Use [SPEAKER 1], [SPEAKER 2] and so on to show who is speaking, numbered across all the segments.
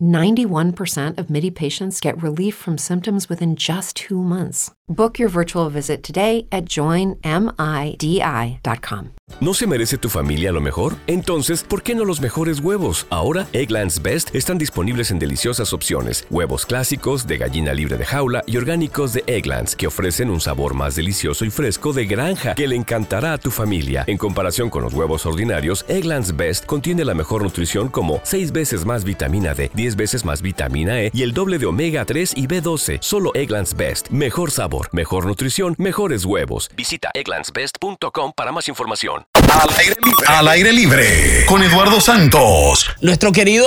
[SPEAKER 1] 91% of MIDI patients get relief from symptoms within just two months. Book your virtual visit today at joinmidi.com.
[SPEAKER 2] ¿No se merece tu familia lo mejor? Entonces, ¿por qué no los mejores huevos? Ahora, Egglands Best están disponibles en deliciosas opciones. Huevos clásicos, de gallina libre de jaula y orgánicos de Egglands, que ofrecen un sabor más delicioso y fresco de granja que le encantará a tu familia. En comparación con los huevos ordinarios, Egglands Best contiene la mejor nutrición como 6 veces más vitamina D, 10 veces más vitamina E y el doble de omega 3 y B12. Solo Egglands Best. Mejor sabor, mejor nutrición, mejores huevos. Visita egglandsbest.com para más información.
[SPEAKER 3] Al aire libre. Al aire libre. Con Eduardo Santos.
[SPEAKER 4] Nuestro querido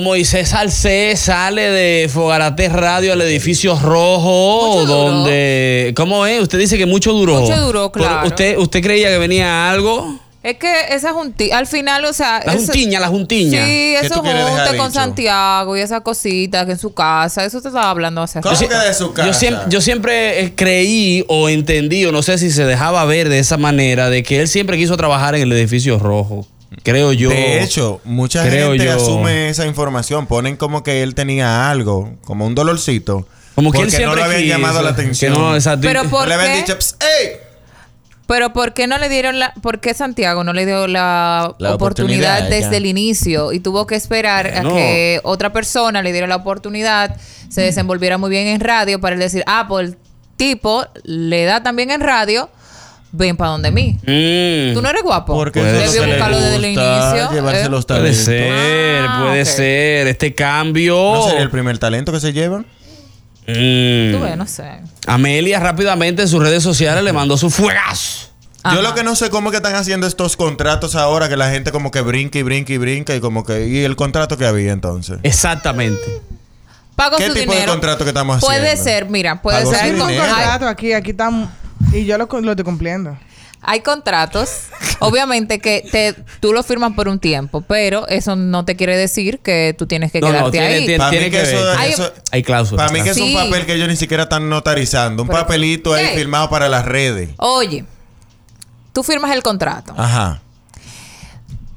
[SPEAKER 4] Moisés Salcé sale de Fogarate Radio al edificio rojo,
[SPEAKER 5] Mucho duró.
[SPEAKER 4] donde... ¿Cómo es? Usted dice que mucho duró.
[SPEAKER 5] Mucho duró,
[SPEAKER 4] Pero
[SPEAKER 5] claro.
[SPEAKER 4] ¿Usted, usted creía que venía algo?
[SPEAKER 5] Es que esa junti, al final, o sea.
[SPEAKER 4] La
[SPEAKER 5] eso-
[SPEAKER 4] juntiña, la juntiña.
[SPEAKER 5] Sí,
[SPEAKER 6] ¿Qué
[SPEAKER 5] eso
[SPEAKER 6] tú quieres
[SPEAKER 5] junta
[SPEAKER 6] dejar
[SPEAKER 5] con
[SPEAKER 6] dicho?
[SPEAKER 5] Santiago y esa cosita que en su casa. Eso te estaba hablando hace
[SPEAKER 6] ¿Cómo
[SPEAKER 5] rato.
[SPEAKER 6] que de su casa?
[SPEAKER 4] Yo siempre, yo siempre eh, creí o entendí, o no sé si se dejaba ver de esa manera, de que él siempre quiso trabajar en el edificio rojo. Creo yo.
[SPEAKER 6] de hecho, mucha
[SPEAKER 4] creo
[SPEAKER 6] gente
[SPEAKER 4] yo.
[SPEAKER 6] asume esa información. Ponen como que él tenía algo, como un dolorcito.
[SPEAKER 4] Como que él
[SPEAKER 6] porque
[SPEAKER 4] siempre
[SPEAKER 6] no le habían
[SPEAKER 4] quiso,
[SPEAKER 6] llamado la
[SPEAKER 4] que
[SPEAKER 6] atención.
[SPEAKER 4] no, exacto.
[SPEAKER 5] Pero por-
[SPEAKER 6] No le habían
[SPEAKER 5] qué?
[SPEAKER 6] dicho, "Ps, eh". ¡ey!
[SPEAKER 5] Pero ¿por qué no le dieron la, por qué Santiago no le dio la,
[SPEAKER 7] La
[SPEAKER 5] oportunidad,
[SPEAKER 7] oportunidad,
[SPEAKER 5] desde
[SPEAKER 7] ya.
[SPEAKER 5] el inicio y tuvo que esperar a
[SPEAKER 4] No.
[SPEAKER 5] que otra persona le diera la oportunidad, se desenvolviera muy bien en radio para él decir, ah, pues el tipo le da también en radio, ven para donde mí.
[SPEAKER 4] Mm.
[SPEAKER 5] Tú no eres guapo.
[SPEAKER 6] Porque
[SPEAKER 5] Debió
[SPEAKER 6] eso es lo que le
[SPEAKER 5] buscarlo desde el
[SPEAKER 7] gusta,
[SPEAKER 5] inicio.
[SPEAKER 7] llevarse
[SPEAKER 5] ¿eh?
[SPEAKER 7] los
[SPEAKER 4] Puede
[SPEAKER 7] talentos.
[SPEAKER 4] ser,
[SPEAKER 5] Ah,
[SPEAKER 4] puede
[SPEAKER 5] ok.
[SPEAKER 4] ser. Este cambio.
[SPEAKER 6] ¿No sería el primer talento que se llevan?
[SPEAKER 4] Mm.
[SPEAKER 5] Tú ves, no sé.
[SPEAKER 4] Amelia rápidamente en sus redes sociales le mandó su fuegazo.
[SPEAKER 5] Ajá.
[SPEAKER 6] Yo lo que no sé cómo que están haciendo estos contratos ahora que la gente como que brinca y brinca y brinca y como que... ¿Y el contrato que había entonces?
[SPEAKER 4] Exactamente.
[SPEAKER 5] Pago
[SPEAKER 6] ¿Qué
[SPEAKER 5] su
[SPEAKER 6] tipo de
[SPEAKER 5] dinero.
[SPEAKER 6] contrato que estamos
[SPEAKER 5] Puede
[SPEAKER 6] haciendo?
[SPEAKER 5] ser, mira, puede
[SPEAKER 6] Pago
[SPEAKER 5] ser.
[SPEAKER 6] su
[SPEAKER 5] Hay,
[SPEAKER 8] Hay un
[SPEAKER 6] dinero.
[SPEAKER 5] hay-
[SPEAKER 8] contrato aquí, aquí estamos. Y yo lo, lo estoy cumpliendo.
[SPEAKER 5] hay contratos, obviamente que te, tú lo firmas por un tiempo, pero eso no te quiere decir que tú tienes que
[SPEAKER 4] No, no,
[SPEAKER 5] quedarte
[SPEAKER 4] tiene,
[SPEAKER 5] ahí.
[SPEAKER 4] tiene-
[SPEAKER 6] Pa' mí
[SPEAKER 4] tiene
[SPEAKER 6] que
[SPEAKER 4] que
[SPEAKER 6] eso-
[SPEAKER 4] ver.
[SPEAKER 5] Hay-
[SPEAKER 6] eso-
[SPEAKER 4] Hay cláusulas.
[SPEAKER 6] Para mí que es
[SPEAKER 5] Sí.
[SPEAKER 6] un papel que ellos ni siquiera están notarizando. Un papelito ahí
[SPEAKER 5] ¿Qué?
[SPEAKER 6] firmado para las redes.
[SPEAKER 5] Oye, tú firmas el contrato.
[SPEAKER 6] Ajá.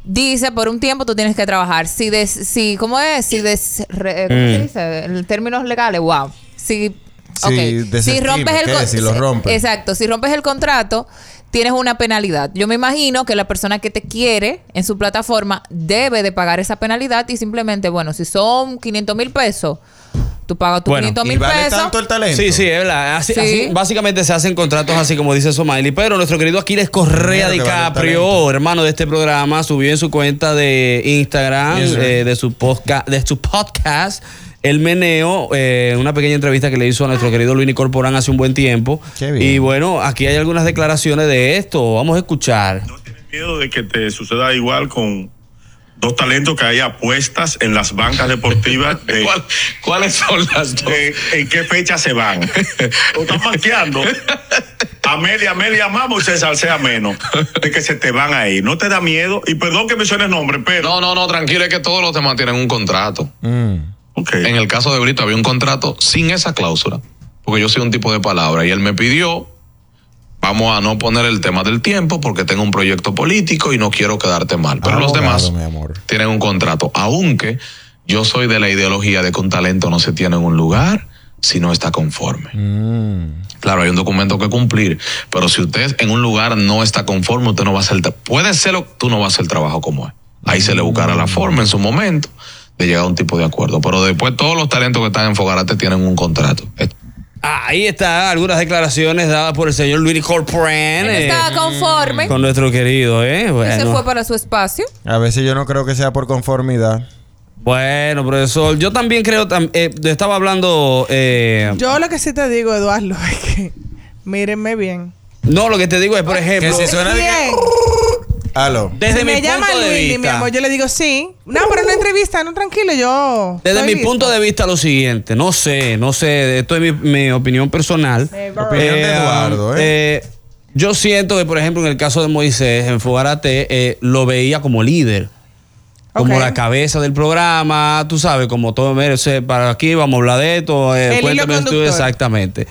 [SPEAKER 5] Dice, por un tiempo tú tienes que trabajar. Si, des, si ¿cómo es? Si des, re- eh, ¿cómo se dice? En términos legales, wow. Si,
[SPEAKER 6] Mm. Si
[SPEAKER 5] ok. si
[SPEAKER 6] desestima,
[SPEAKER 5] rompes el
[SPEAKER 6] ¿qué?
[SPEAKER 5] con-
[SPEAKER 6] Si lo rompes.
[SPEAKER 5] Exacto. Si rompes el contrato, tienes una penalidad. Yo me imagino que la persona que te quiere en su plataforma debe de pagar esa penalidad y simplemente, bueno, si son 500 mil pesos, tú pagas tus
[SPEAKER 4] Bueno,
[SPEAKER 5] 500
[SPEAKER 6] ¿Y
[SPEAKER 5] mil
[SPEAKER 6] vale
[SPEAKER 5] pesos.
[SPEAKER 6] tanto el talento?
[SPEAKER 4] Sí, sí, es verdad. Así-
[SPEAKER 5] Sí.
[SPEAKER 4] así- básicamente se hacen contratos así como dice Somaili. Pero nuestro querido Aquiles Correa
[SPEAKER 6] Mira que vale
[SPEAKER 4] DiCaprio,
[SPEAKER 6] talento.
[SPEAKER 4] hermano de este programa, subió en su cuenta de Instagram,
[SPEAKER 6] Yes, sir.
[SPEAKER 4] eh, de, su podcast, de su podcast, El Meneo, eh, una pequeña entrevista que le hizo a nuestro querido Luini Corporán hace un buen tiempo.
[SPEAKER 6] Qué bien.
[SPEAKER 4] Y bueno, aquí hay algunas declaraciones de esto. Vamos a escuchar.
[SPEAKER 9] miedo de que te suceda igual con dos talentos que hay apuestas en las bancas deportivas de
[SPEAKER 10] ¿Cuál- ¿Cuáles son las dos?
[SPEAKER 9] de en qué fecha se van. Lo están maqueando. Amelia, Amelia, mamo y se salsea menos de que se te van a ir. ¿No te da miedo? Y perdón que mencione el nombre, pero...
[SPEAKER 10] No, no, no, tranquilo, es que todos los demás tienen un contrato.
[SPEAKER 6] Mm.
[SPEAKER 9] Ok.
[SPEAKER 10] En el caso de Brito había un contrato sin esa cláusula, porque yo soy un tipo de palabra y él me pidió, vamos a no poner el tema del tiempo porque tengo un proyecto político y no quiero quedarte mal. Pero los
[SPEAKER 6] Abogado,
[SPEAKER 10] demás
[SPEAKER 6] Ah, mi amor.
[SPEAKER 10] tienen un contrato, aunque yo soy de la ideología de que un talento no se tiene en un lugar si no está conforme. Claro, hay un documento que cumplir, pero si usted en un lugar no está conforme, usted no va a hacer, el tra- puede serlo, tú no vas a hacer el trabajo como es. Ahí se le buscará la forma en su momento de llegar a un tipo de acuerdo, pero después todos los talentos que están en Fogarate tienen un contrato.
[SPEAKER 4] Ah, Ahí está algunas declaraciones dadas por el señor Luini Corporán.
[SPEAKER 5] Él
[SPEAKER 4] eh,
[SPEAKER 5] estaba conforme
[SPEAKER 4] con nuestro querido, ¿eh?
[SPEAKER 5] y se
[SPEAKER 4] Bueno.
[SPEAKER 5] fue para su espacio.
[SPEAKER 6] A veces yo no creo que sea por conformidad.
[SPEAKER 4] Bueno, profesor, yo también creo, tam- eh, estaba hablando, eh,
[SPEAKER 8] Yo lo que sí te digo, Eduardo, es que mírenme bien.
[SPEAKER 4] no, lo que te digo es, por ejemplo,
[SPEAKER 6] si suena de que-
[SPEAKER 8] Bien.
[SPEAKER 6] Aló.
[SPEAKER 4] desde
[SPEAKER 8] Si
[SPEAKER 4] mi
[SPEAKER 8] me llama
[SPEAKER 4] punto de
[SPEAKER 8] Luini, mi
[SPEAKER 4] vista,
[SPEAKER 8] amor, yo le digo sí. No, pero en una entrevista, no, tranquilo, yo.
[SPEAKER 4] desde mi punto de vista lo siguiente, no sé, no sé, esto es mi, mi opinión personal.
[SPEAKER 8] Eh,
[SPEAKER 6] Opinión de Eduardo, ¿eh?
[SPEAKER 4] eh, Yo siento que, por ejemplo, en el caso de Moisés, en Fogarate, eh, lo veía como líder. Como
[SPEAKER 8] Ok.
[SPEAKER 4] la cabeza del programa, tú sabes, como todo, mira, o sea, para aquí vamos a hablar de esto, eh,
[SPEAKER 8] El hilo
[SPEAKER 4] cuéntame tú
[SPEAKER 8] conductor.
[SPEAKER 4] exactamente.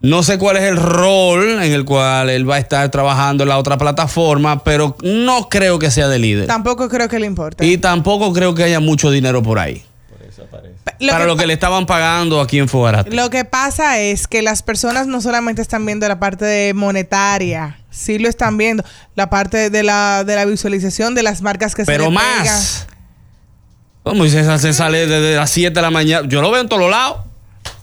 [SPEAKER 4] No sé cuál es el rol en el cual él va a estar trabajando en la otra plataforma, pero no creo que sea de líder.
[SPEAKER 8] Tampoco creo que le importa.
[SPEAKER 4] y tampoco creo que haya mucho dinero por ahí.
[SPEAKER 8] Lo
[SPEAKER 4] para
[SPEAKER 8] que
[SPEAKER 4] lo que le estaban pagando aquí en Fogarate.
[SPEAKER 8] Lo que pasa es que las personas no solamente están viendo la parte de monetaria, sí lo están viendo, la parte de la, de la visualización de las marcas que se
[SPEAKER 4] Pero
[SPEAKER 8] le
[SPEAKER 4] más. Como dice, se sale desde las 7 de la mañana. Yo lo veo en todos los lados.
[SPEAKER 8] pegan.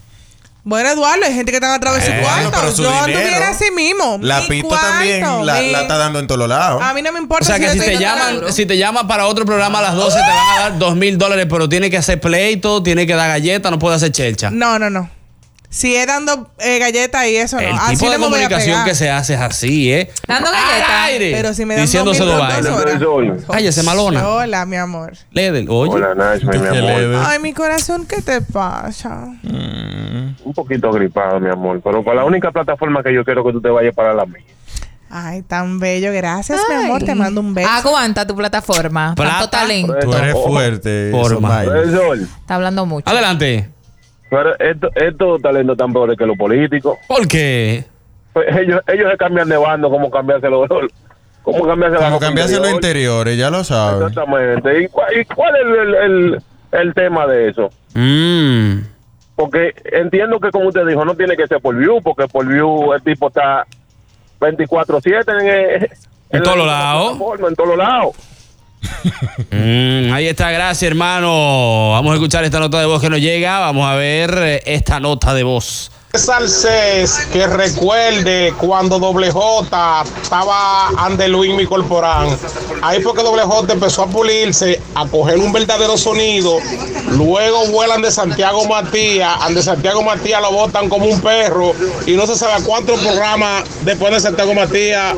[SPEAKER 8] Bueno, Eduardo, hay gente que está a través de su
[SPEAKER 6] Bueno,
[SPEAKER 8] cuarto.
[SPEAKER 6] pero su
[SPEAKER 8] Yo
[SPEAKER 6] dinero,
[SPEAKER 8] anduviera así mismo.
[SPEAKER 6] La
[SPEAKER 8] Mi
[SPEAKER 6] pito
[SPEAKER 8] cuarto,
[SPEAKER 6] también la,
[SPEAKER 8] mi-
[SPEAKER 6] la está dando en todos lados.
[SPEAKER 8] A mí no me importa
[SPEAKER 4] O sea que
[SPEAKER 8] yo
[SPEAKER 4] si
[SPEAKER 8] estoy
[SPEAKER 4] te
[SPEAKER 8] ganando
[SPEAKER 4] llaman,
[SPEAKER 8] euro.
[SPEAKER 4] si te llaman para otro programa a las 12, te van a dar dos mil dólares, pero tiene que hacer pleito, tiene que dar galleta, no puede hacer chelcha.
[SPEAKER 8] No, no, no. Si es dando eh, galletas y eso, no.
[SPEAKER 4] El
[SPEAKER 8] Así
[SPEAKER 4] tipo
[SPEAKER 8] no
[SPEAKER 4] de
[SPEAKER 8] me voy a
[SPEAKER 4] comunicación
[SPEAKER 8] pegar.
[SPEAKER 4] que se hace es así, ¿eh?
[SPEAKER 5] Dando
[SPEAKER 4] Al
[SPEAKER 5] galleta.
[SPEAKER 4] aire,
[SPEAKER 8] Pero si me dan
[SPEAKER 4] diciéndose
[SPEAKER 8] dos
[SPEAKER 4] lo
[SPEAKER 8] mil por
[SPEAKER 4] baile.
[SPEAKER 8] dos horas.
[SPEAKER 4] Cállese, malona.
[SPEAKER 8] Hola, mi amor.
[SPEAKER 4] Ledel, oye.
[SPEAKER 3] Hola, Nacho, mi amor.
[SPEAKER 6] Eh.
[SPEAKER 8] Ay, mi corazón, ¿qué te pasa?
[SPEAKER 6] Mm.
[SPEAKER 3] Un poquito gripado, mi amor. Pero con la única plataforma que yo quiero que tú te vayas para la mía.
[SPEAKER 8] Ay, tan bello. Gracias, mi amor.
[SPEAKER 5] Ay.
[SPEAKER 8] Te mando un beso.
[SPEAKER 5] Aguanta tu plataforma.
[SPEAKER 4] Plata.
[SPEAKER 5] Tanto talento.
[SPEAKER 6] Tú eres fuerte.
[SPEAKER 4] Forma.
[SPEAKER 6] Somaya.
[SPEAKER 3] Pero, Sol,
[SPEAKER 5] Está hablando mucho.
[SPEAKER 4] Adelante.
[SPEAKER 3] pero esto- estos talentos tan peores que los políticos.
[SPEAKER 4] ¿Por qué?
[SPEAKER 3] Pues ellos, ellos se cambian de bando, como cambiarse los. Como cambiarse la
[SPEAKER 6] Como
[SPEAKER 3] ropa
[SPEAKER 6] cambiarse los
[SPEAKER 3] interior.
[SPEAKER 6] interiores, ya lo sabes.
[SPEAKER 3] Exactamente. ¿Y cuál, y cuál es el, el- el tema de eso?
[SPEAKER 4] Mm.
[SPEAKER 3] Porque entiendo que, como usted dijo, no tiene que ser por view, porque por view el tipo está 24-7 en, eh,
[SPEAKER 4] En
[SPEAKER 3] la
[SPEAKER 4] todos
[SPEAKER 3] misma
[SPEAKER 4] lados.
[SPEAKER 3] plataforma, En todos lados.
[SPEAKER 4] Mm, ahí está, gracias hermano. Vamos a escuchar esta nota de voz que nos llega. Vamos a ver eh, esta nota de voz.
[SPEAKER 11] Salsés, que recuerde cuando Doble J estaba ante Luis mi corporán. Ahí fue que Doble J empezó a pulirse, a coger un verdadero sonido. Luego vuelan de Santiago Matías, ante Santiago Matías lo botan como un perro. Y no se sabe a cuántos programas después de Santiago Matías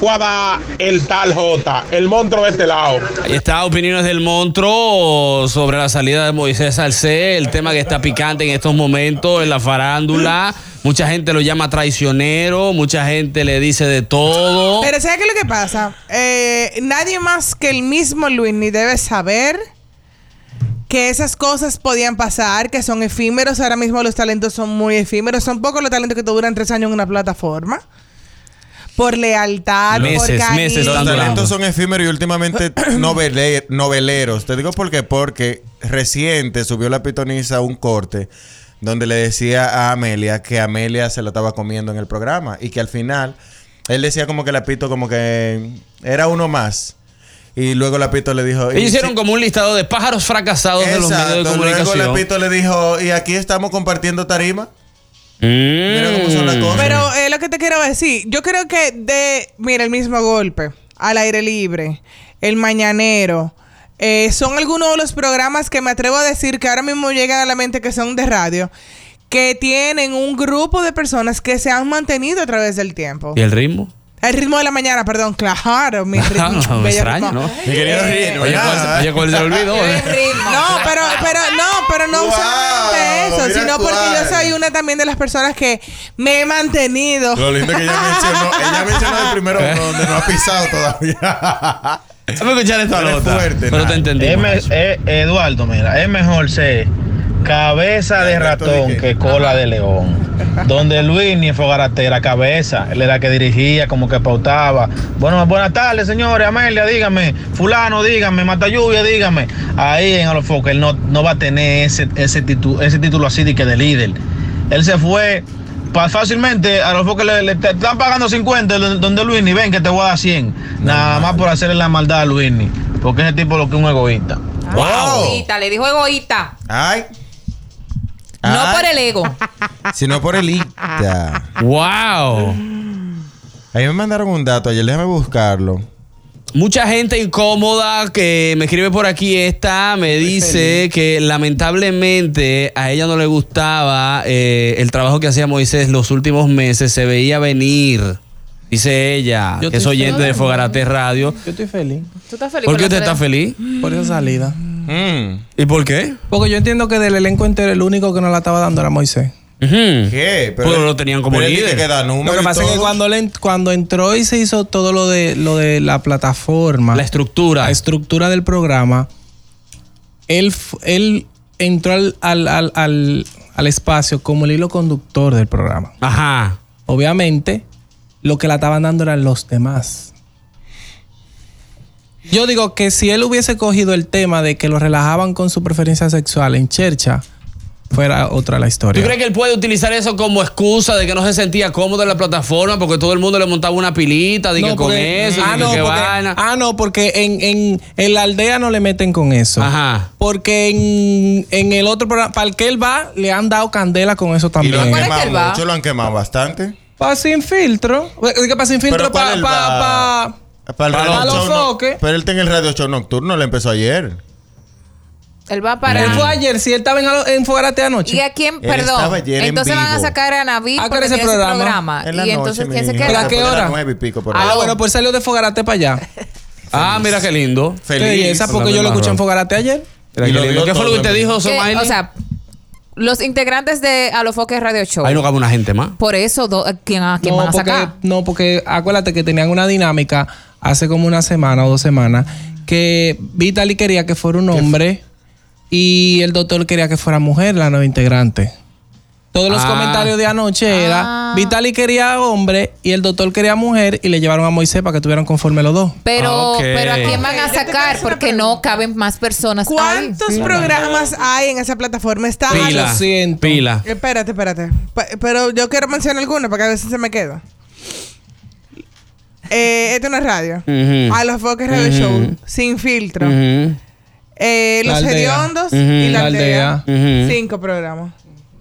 [SPEAKER 11] fue a dar el tal J, el monstruo de este lado.
[SPEAKER 4] Ahí está, opiniones del monstruo sobre la salida de Moisés Salcé, el tema que está picante en estos momentos en la farándula. Mucha gente lo llama traicionero, mucha gente le dice de todo.
[SPEAKER 8] Pero ¿sabes qué es lo que pasa? Eh, nadie más que el mismo Luis ni debe saber que esas cosas podían pasar, que son efímeros. Ahora mismo los talentos son muy efímeros. Son pocos los talentos que te duran tres años en una plataforma. Por lealtad, por
[SPEAKER 4] Meses,
[SPEAKER 8] cariño.
[SPEAKER 4] meses
[SPEAKER 6] Los
[SPEAKER 4] dando la-
[SPEAKER 6] talentos son efímeros y últimamente novele- noveleros. Te digo por qué, porque reciente subió la pitonisa un corte donde le decía a Amelia que Amelia se la estaba comiendo en el programa y que al final él decía como que la pito como que era uno más. Y luego la pito le dijo...
[SPEAKER 4] Ellos
[SPEAKER 6] y
[SPEAKER 4] hicieron
[SPEAKER 6] sí-
[SPEAKER 4] como un listado de pájaros fracasados de los
[SPEAKER 6] Exacto.
[SPEAKER 4] medios de
[SPEAKER 6] Luego la
[SPEAKER 4] comunicación.
[SPEAKER 6] pito le dijo, y aquí estamos compartiendo tarima. Mira cómo son las
[SPEAKER 4] Mm.
[SPEAKER 6] cosas.
[SPEAKER 8] Pero es lo que te quiero decir. Yo creo que de, mira, el mismo golpe, al aire libre, el mañanero, eh, son algunos de los programas que me atrevo a decir que ahora mismo llegan a la mente que son de radio, que tienen un grupo de personas que se han mantenido a través del tiempo.
[SPEAKER 4] ¿Y el ritmo? Ah,
[SPEAKER 8] El ritmo de la mañana, perdón, claro, mi ritmo.
[SPEAKER 4] No, me
[SPEAKER 8] bello
[SPEAKER 4] extraño,
[SPEAKER 8] ritmo.
[SPEAKER 4] ¿no?
[SPEAKER 6] Mi querido Rin,
[SPEAKER 4] Oye,
[SPEAKER 6] ¿verdad?
[SPEAKER 4] ¿cuál- oye, ¿cuál se le olvidó? eh?
[SPEAKER 8] No, pero, pero, no, pero no
[SPEAKER 6] Wow,
[SPEAKER 8] solamente eso,
[SPEAKER 6] Ah, mira
[SPEAKER 8] sino porque
[SPEAKER 6] cuál.
[SPEAKER 8] yo soy una también de las personas que me he mantenido.
[SPEAKER 6] Lo lindo que ella mencionó, ella mencionó el primero
[SPEAKER 12] Eh.
[SPEAKER 6] donde no ha pisado todavía.
[SPEAKER 4] Vamos a escuchar esta
[SPEAKER 6] Tú eres
[SPEAKER 4] nota.
[SPEAKER 6] fuerte,
[SPEAKER 4] pero
[SPEAKER 6] nah.
[SPEAKER 4] te entendí.
[SPEAKER 11] eh, Eduardo, mira, es mejor ser cabeza
[SPEAKER 6] de ratón que
[SPEAKER 11] cola de león. Donde Luis ni Fogarate era cabeza, él era que dirigía, como que pautaba. Bueno, buenas tardes, señores. Amelia, dígame. Fulano, dígame. Mata lluvia, dígame. Ahí en Alofoque, él no, no va a tener ese, ese, titu- ese título así de que de líder. Él se fue pa- fácilmente. A Alofoque le, le te- están pagando 50. lo- Donde Luis ni ven que te voy a dar 100. Nada más por hacerle la maldad a Luis ni. Porque ese tipo lo que es un egoísta.
[SPEAKER 6] Wow.
[SPEAKER 5] Egoísta, le dijo egoísta.
[SPEAKER 6] Ay.
[SPEAKER 5] No
[SPEAKER 6] Ay,
[SPEAKER 5] por el ego.
[SPEAKER 6] Sino por el ITA.
[SPEAKER 4] ¡Wow!
[SPEAKER 6] Ahí me mandaron un dato ayer, déjame buscarlo.
[SPEAKER 4] Mucha gente incómoda que me escribe por aquí esta, me dice que lamentablemente a ella no le gustaba eh, el trabajo que hacía Moisés los últimos meses, se veía venir, dice ella,
[SPEAKER 8] Yo
[SPEAKER 4] que es
[SPEAKER 8] estoy
[SPEAKER 4] oyente de
[SPEAKER 8] feliz.
[SPEAKER 4] Fogarate Radio.
[SPEAKER 11] Yo estoy feliz
[SPEAKER 5] ¿Tú estás feliz
[SPEAKER 4] ¿Por
[SPEAKER 5] con
[SPEAKER 4] qué
[SPEAKER 5] la
[SPEAKER 4] usted está
[SPEAKER 5] salida?
[SPEAKER 4] feliz?
[SPEAKER 11] por esa salida.
[SPEAKER 6] Mm.
[SPEAKER 4] ¿Y por qué?
[SPEAKER 11] Porque yo entiendo que del elenco entero el único que no la estaba dando era Moisés.
[SPEAKER 6] ¿Qué?
[SPEAKER 4] Pero Hmm. lo tenían como
[SPEAKER 6] pero él
[SPEAKER 4] líder.
[SPEAKER 6] dice que da número
[SPEAKER 12] Lo que
[SPEAKER 6] y
[SPEAKER 12] pasa es que
[SPEAKER 6] todo.
[SPEAKER 12] cuando, le en- cuando entró y se hizo todo lo de, lo de la plataforma, la
[SPEAKER 4] estructura,
[SPEAKER 12] la estructura del programa, él, f- él entró al, al- al- al- al espacio como el hilo conductor del programa.
[SPEAKER 4] Ajá.
[SPEAKER 12] Obviamente, lo que la estaban dando eran los demás. Yo digo que si él hubiese cogido el tema de que lo relajaban con su preferencia sexual en Chercha, fuera otra la
[SPEAKER 4] ¿Tú
[SPEAKER 12] historia.
[SPEAKER 4] crees que él puede utilizar eso como excusa de que no se sentía cómodo en la plataforma porque todo el mundo le montaba una pilita, dije
[SPEAKER 12] No,
[SPEAKER 4] con
[SPEAKER 12] porque-
[SPEAKER 4] eso,
[SPEAKER 12] ah,
[SPEAKER 4] dije
[SPEAKER 12] no,
[SPEAKER 4] que
[SPEAKER 12] porque,
[SPEAKER 4] vaina?
[SPEAKER 12] ah, no, porque en, en- en la aldea no le meten con eso.
[SPEAKER 4] Ajá.
[SPEAKER 12] Porque en, en el otro programa, para el que él va, le han dado candela con eso
[SPEAKER 6] Y
[SPEAKER 12] también.
[SPEAKER 6] lo han quemado mucho, lo han quemado bastante.
[SPEAKER 12] Para sin filtro. Diga, para sin filtro,
[SPEAKER 6] Pero ¿cuál
[SPEAKER 12] para.
[SPEAKER 6] él
[SPEAKER 12] Pa,
[SPEAKER 6] va? Para el
[SPEAKER 12] Para
[SPEAKER 6] radio
[SPEAKER 12] los
[SPEAKER 6] show no-
[SPEAKER 12] foques.
[SPEAKER 6] Pero él está en el radio show nocturno, le empezó ayer.
[SPEAKER 5] Él va a
[SPEAKER 12] pa-
[SPEAKER 5] parar.
[SPEAKER 12] Él fue ayer, si él estaba en, en Fogarate anoche.
[SPEAKER 5] ¿Y a quién?
[SPEAKER 12] Él
[SPEAKER 5] Perdón.
[SPEAKER 12] estaba ayer en
[SPEAKER 5] Entonces van a
[SPEAKER 12] vivo.
[SPEAKER 5] sacar a Naví
[SPEAKER 12] ¿A qué
[SPEAKER 5] porque
[SPEAKER 12] hora ese
[SPEAKER 5] tiene ese
[SPEAKER 12] programa?
[SPEAKER 5] programa.
[SPEAKER 12] En
[SPEAKER 5] Y
[SPEAKER 12] la
[SPEAKER 5] entonces,
[SPEAKER 12] noche,
[SPEAKER 5] ¿quién se
[SPEAKER 12] mi
[SPEAKER 5] queda?
[SPEAKER 12] hija. ¿Pero a qué hora? Ah, bueno, pues salió de Fogarate para allá.
[SPEAKER 4] Ah, mira qué lindo.
[SPEAKER 12] Qué belleza, porque yo lo escuché en Fogarate ayer.
[SPEAKER 4] Mira qué
[SPEAKER 12] Y lo
[SPEAKER 4] lindo.
[SPEAKER 12] vio
[SPEAKER 4] ¿Qué fue lo que usted
[SPEAKER 12] todo el
[SPEAKER 4] dijo,
[SPEAKER 12] mundo.
[SPEAKER 5] Que,
[SPEAKER 4] Somaili?
[SPEAKER 5] o sea, los integrantes de A los Foques Radio Show.
[SPEAKER 4] Ahí no cabe una gente más.
[SPEAKER 5] Por eso, do- ¿a ¿quién, a quién
[SPEAKER 12] No
[SPEAKER 5] van a
[SPEAKER 12] porque,
[SPEAKER 5] sacar?
[SPEAKER 12] no, porque acuérdate que tenían una dinámica hace como una semana o dos semanas que Vitaly quería que fuera un hombre y el doctor quería que fuera mujer la nueva integrante. Todos los
[SPEAKER 4] Ah.
[SPEAKER 12] comentarios de anoche era
[SPEAKER 5] Ah.
[SPEAKER 12] Vitaly quería hombre y el doctor quería mujer y le llevaron a Moisés para que estuvieran conforme los dos.
[SPEAKER 5] Pero,
[SPEAKER 12] Ah, ok.
[SPEAKER 5] pero ¿a quién van a sacar? Porque no caben más personas.
[SPEAKER 8] ¿Cuántos programas hay en esa plataforma? Está
[SPEAKER 4] Pila,
[SPEAKER 8] algo-
[SPEAKER 4] pila.
[SPEAKER 8] Espérate, espérate. Pe- Pero yo quiero mencionar alguna porque a veces se me queda. Eh, esto no es radio.
[SPEAKER 4] Ujú.
[SPEAKER 8] A los Foques Radio
[SPEAKER 4] Ujú.
[SPEAKER 8] Show. Sin filtro.
[SPEAKER 4] Ujú.
[SPEAKER 8] Eh,
[SPEAKER 4] Mm-hmm. La
[SPEAKER 8] los
[SPEAKER 4] aldea.
[SPEAKER 8] hediondos
[SPEAKER 4] Ujú.
[SPEAKER 8] y la
[SPEAKER 4] La
[SPEAKER 8] aldea.
[SPEAKER 4] aldea. Mm-hmm. Ujú.
[SPEAKER 8] Cinco programas.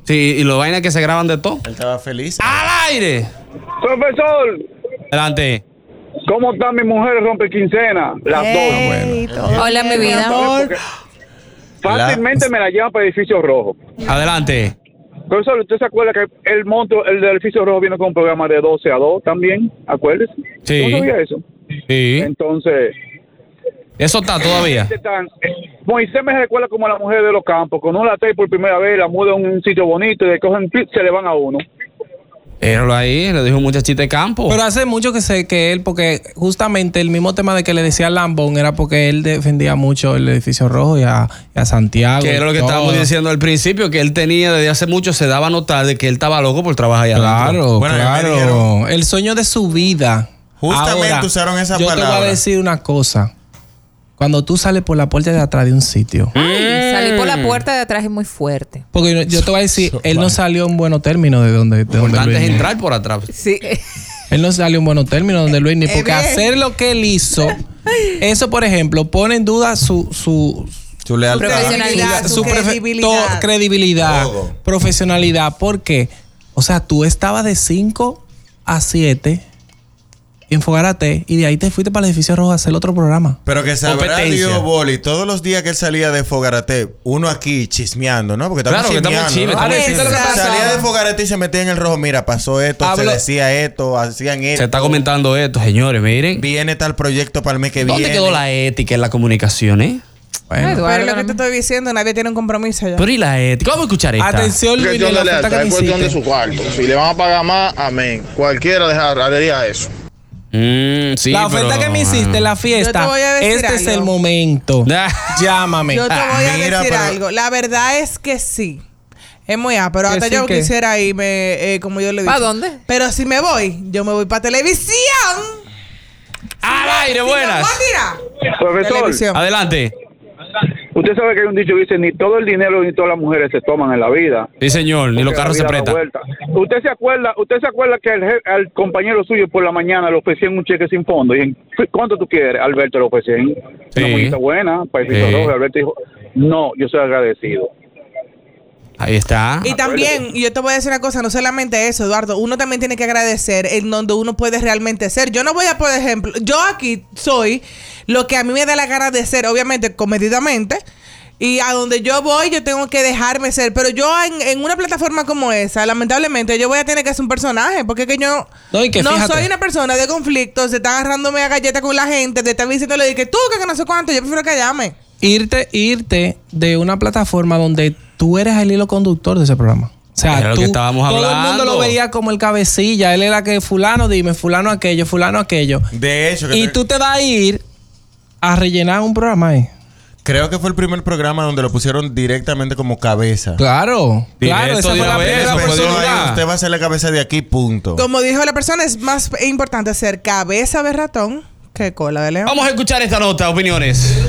[SPEAKER 4] Sí, y los vainas que se graban de todo. Él
[SPEAKER 6] estaba feliz.
[SPEAKER 4] ¡Al aire!
[SPEAKER 13] Profesor,
[SPEAKER 4] Adelante.
[SPEAKER 13] ¿cómo están mis mujeres rompe quincena?
[SPEAKER 7] Ah,
[SPEAKER 13] Las
[SPEAKER 14] Ah,
[SPEAKER 13] dos.
[SPEAKER 5] Hola, mi vida.
[SPEAKER 13] Porque Fácilmente me la llevan para edificio rojo.
[SPEAKER 4] Adelante.
[SPEAKER 13] Profesor, ¿usted se acuerda que el monto, el del edificio rojo vino con un programa de 12 a 2 también? Acuérdese.
[SPEAKER 4] Sí.
[SPEAKER 13] ¿No sabía eso?
[SPEAKER 4] Sí.
[SPEAKER 13] Entonces.
[SPEAKER 4] Eso está todavía.
[SPEAKER 13] Están- eh, Moisés me recuerda como la mujer de los campos. Cuando uno la trae por primera vez, la muda a un sitio bonito y le cogen clip, se le van a uno.
[SPEAKER 4] Éralo ahí, le dijo un muchachito de campo.
[SPEAKER 12] Pero hace mucho que sé que él, porque justamente el mismo tema de que le decía Lambón era porque él defendía mucho el edificio rojo y a, y a Santiago.
[SPEAKER 4] que era lo que
[SPEAKER 12] y todo.
[SPEAKER 4] estábamos diciendo al principio, que él tenía desde hace mucho, se daba a notar de que él estaba loco por trabajar allá
[SPEAKER 12] Claro,
[SPEAKER 4] adentro.
[SPEAKER 12] claro. el sueño de su vida.
[SPEAKER 4] Justamente
[SPEAKER 6] usaron esa
[SPEAKER 12] yo Yo te voy
[SPEAKER 6] palabra.
[SPEAKER 12] a decir una cosa. Cuando tú sales por la puerta de atrás de un sitio,
[SPEAKER 5] Salí por la puerta de atrás y muy fuerte.
[SPEAKER 12] porque yo, yo te voy a decir, él no salió en buenos términos de donde, de donde
[SPEAKER 4] Antes
[SPEAKER 12] Luis
[SPEAKER 4] de
[SPEAKER 12] ni.
[SPEAKER 4] entrar por atrás.
[SPEAKER 5] Sí.
[SPEAKER 12] Él no salió en buenos términos donde Luis ni,
[SPEAKER 5] Eh,
[SPEAKER 12] porque
[SPEAKER 5] bien.
[SPEAKER 12] hacer lo que él hizo, eso por ejemplo, pone en duda su, su,
[SPEAKER 6] Su lealtad.
[SPEAKER 8] Profesionalidad, su
[SPEAKER 12] prefe-
[SPEAKER 8] credibilidad.
[SPEAKER 12] to- credibilidad,
[SPEAKER 8] Todo.
[SPEAKER 12] profesionalidad. Porque, o sea, tú estabas de 5 a 7 en Fogarate y de ahí te fuiste para el edificio rojo a hacer otro programa.
[SPEAKER 6] Pero que sabrá
[SPEAKER 12] Competencia.
[SPEAKER 6] Dios, Boli, todos los días que él salía de Fogarate, uno aquí chismeando, ¿no? Porque estamos
[SPEAKER 4] Claro, que estamos
[SPEAKER 6] chismeando.
[SPEAKER 4] chisme, estamos
[SPEAKER 6] ¿no? Ahora,
[SPEAKER 4] chisme.
[SPEAKER 6] ¿sabes lo que
[SPEAKER 4] Exacto.
[SPEAKER 6] Salía de Fogarate y se metía en el rojo. Mira, pasó esto,
[SPEAKER 4] Hablo-
[SPEAKER 6] se decía esto, hacían esto.
[SPEAKER 4] Se está comentando esto, señores, miren.
[SPEAKER 6] Viene tal proyecto para el mes que
[SPEAKER 4] ¿Dónde
[SPEAKER 6] viene.
[SPEAKER 4] quedó la ética en la comunicación, eh?
[SPEAKER 8] Pero
[SPEAKER 4] Bueno.
[SPEAKER 8] lo que te estoy diciendo, nadie tiene un compromiso ya.
[SPEAKER 4] Pero ¿y la ética? Vamos a escuchar esta.
[SPEAKER 15] Es cuestión de lealtad, es cuestión de su cuarto. Si le van a pagar más, amén. Cualquiera deja- haría eso.
[SPEAKER 4] Mm, sí,
[SPEAKER 12] la oferta
[SPEAKER 4] pero-
[SPEAKER 12] que me hiciste en la
[SPEAKER 8] Yo
[SPEAKER 12] fiesta,
[SPEAKER 8] te voy a decir
[SPEAKER 12] este es el
[SPEAKER 8] algo.
[SPEAKER 12] momento. Llámame. Ah,
[SPEAKER 8] Yo te voy a decir algo. La verdad es que sí. Es muy A, pero
[SPEAKER 12] Que
[SPEAKER 8] hasta
[SPEAKER 12] sí,
[SPEAKER 8] yo
[SPEAKER 12] que-
[SPEAKER 8] quisiera irme, eh, como yo le digo.
[SPEAKER 5] ¿Pa' dónde?
[SPEAKER 8] Pero si me voy, yo me voy para televisión.
[SPEAKER 4] Al aire,
[SPEAKER 8] buenas.
[SPEAKER 13] Profesor.
[SPEAKER 4] Adelante.
[SPEAKER 13] Usted sabe que hay un dicho que dice, ni todo el dinero ni todas las mujeres se toman en la vida.
[SPEAKER 4] Sí, señor, ni los carros se
[SPEAKER 13] Porque la vida da
[SPEAKER 4] prestan.
[SPEAKER 13] vuelta. ¿Usted se acuerda, usted se acuerda que el je- al compañero suyo por la mañana le ofrecían un cheque sin fondo? Dijeron, ¿cuánto tú quieres? Alberto le ofrecían.
[SPEAKER 4] Sí.
[SPEAKER 13] Una muñeca buena, para el piso
[SPEAKER 4] Sí.
[SPEAKER 13] rojo. Alberto dijo, no, yo soy agradecido.
[SPEAKER 4] Ahí está.
[SPEAKER 8] Y también, y yo te voy a decir una cosa, no solamente eso, Eduardo, uno también tiene que agradecer en donde uno puede realmente ser. Yo no voy a, por ejemplo, yo aquí soy lo que a mí me da la gana de ser, obviamente, comedidamente. Y a donde yo voy, yo tengo que dejarme ser. Pero yo en, en una plataforma como esa, lamentablemente, yo voy a tener que ser un personaje. Porque es que yo
[SPEAKER 12] No, y que fíjate.
[SPEAKER 8] soy una persona de conflictos, de estar agarrándome a galleta con la gente, de estar diciéndole de que tú, que no sé cuánto, yo prefiero callarme.
[SPEAKER 12] Irte, irte de una plataforma donde tú eres el hilo conductor de ese programa. O sea,
[SPEAKER 4] Era lo
[SPEAKER 12] tú-
[SPEAKER 4] que estábamos
[SPEAKER 12] todo el
[SPEAKER 4] hablando.
[SPEAKER 12] mundo lo veía como el cabecilla. Él era que fulano, dime, fulano aquello, fulano aquello.
[SPEAKER 6] De hecho, que
[SPEAKER 12] y
[SPEAKER 6] te-
[SPEAKER 12] tú te vas a ir a rellenar un programa ahí.
[SPEAKER 6] Creo que fue el primer programa donde lo pusieron directamente como cabeza.
[SPEAKER 12] Claro,
[SPEAKER 8] claro, esa fue la primera oportunidad.
[SPEAKER 6] Usted va a ser la cabeza de aquí, punto.
[SPEAKER 8] Como dijo la persona, es más importante ser cabeza de ratón que cola de león.
[SPEAKER 4] Vamos a escuchar esta nota, opiniones.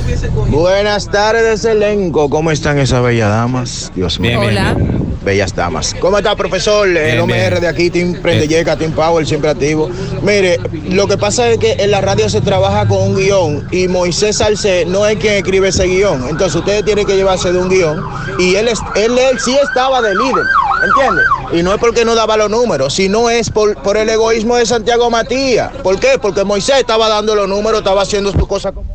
[SPEAKER 16] Buenas tardes, elenco. ¿Cómo están esas bellas damas? Dios mío.
[SPEAKER 4] Bien, bien,
[SPEAKER 16] Bellas damas. ¿Cómo está, profesor? el OMR de aquí,
[SPEAKER 4] Eh.
[SPEAKER 16] Team Prende Yeca, Team Power, siempre activo. Mire, lo que pasa es que en la radio se trabaja con un guión y Moisés Salce no es quien escribe ese guión. Entonces ustedes tienen que llevarse de un guión y él, es- él, él sí estaba de líder. ¿Entiendes? Y no es porque no daba los números, sino es por, por el egoísmo de Santiago Matías. ¿Por qué? Porque Moisés estaba dando los números, estaba haciendo su cosa como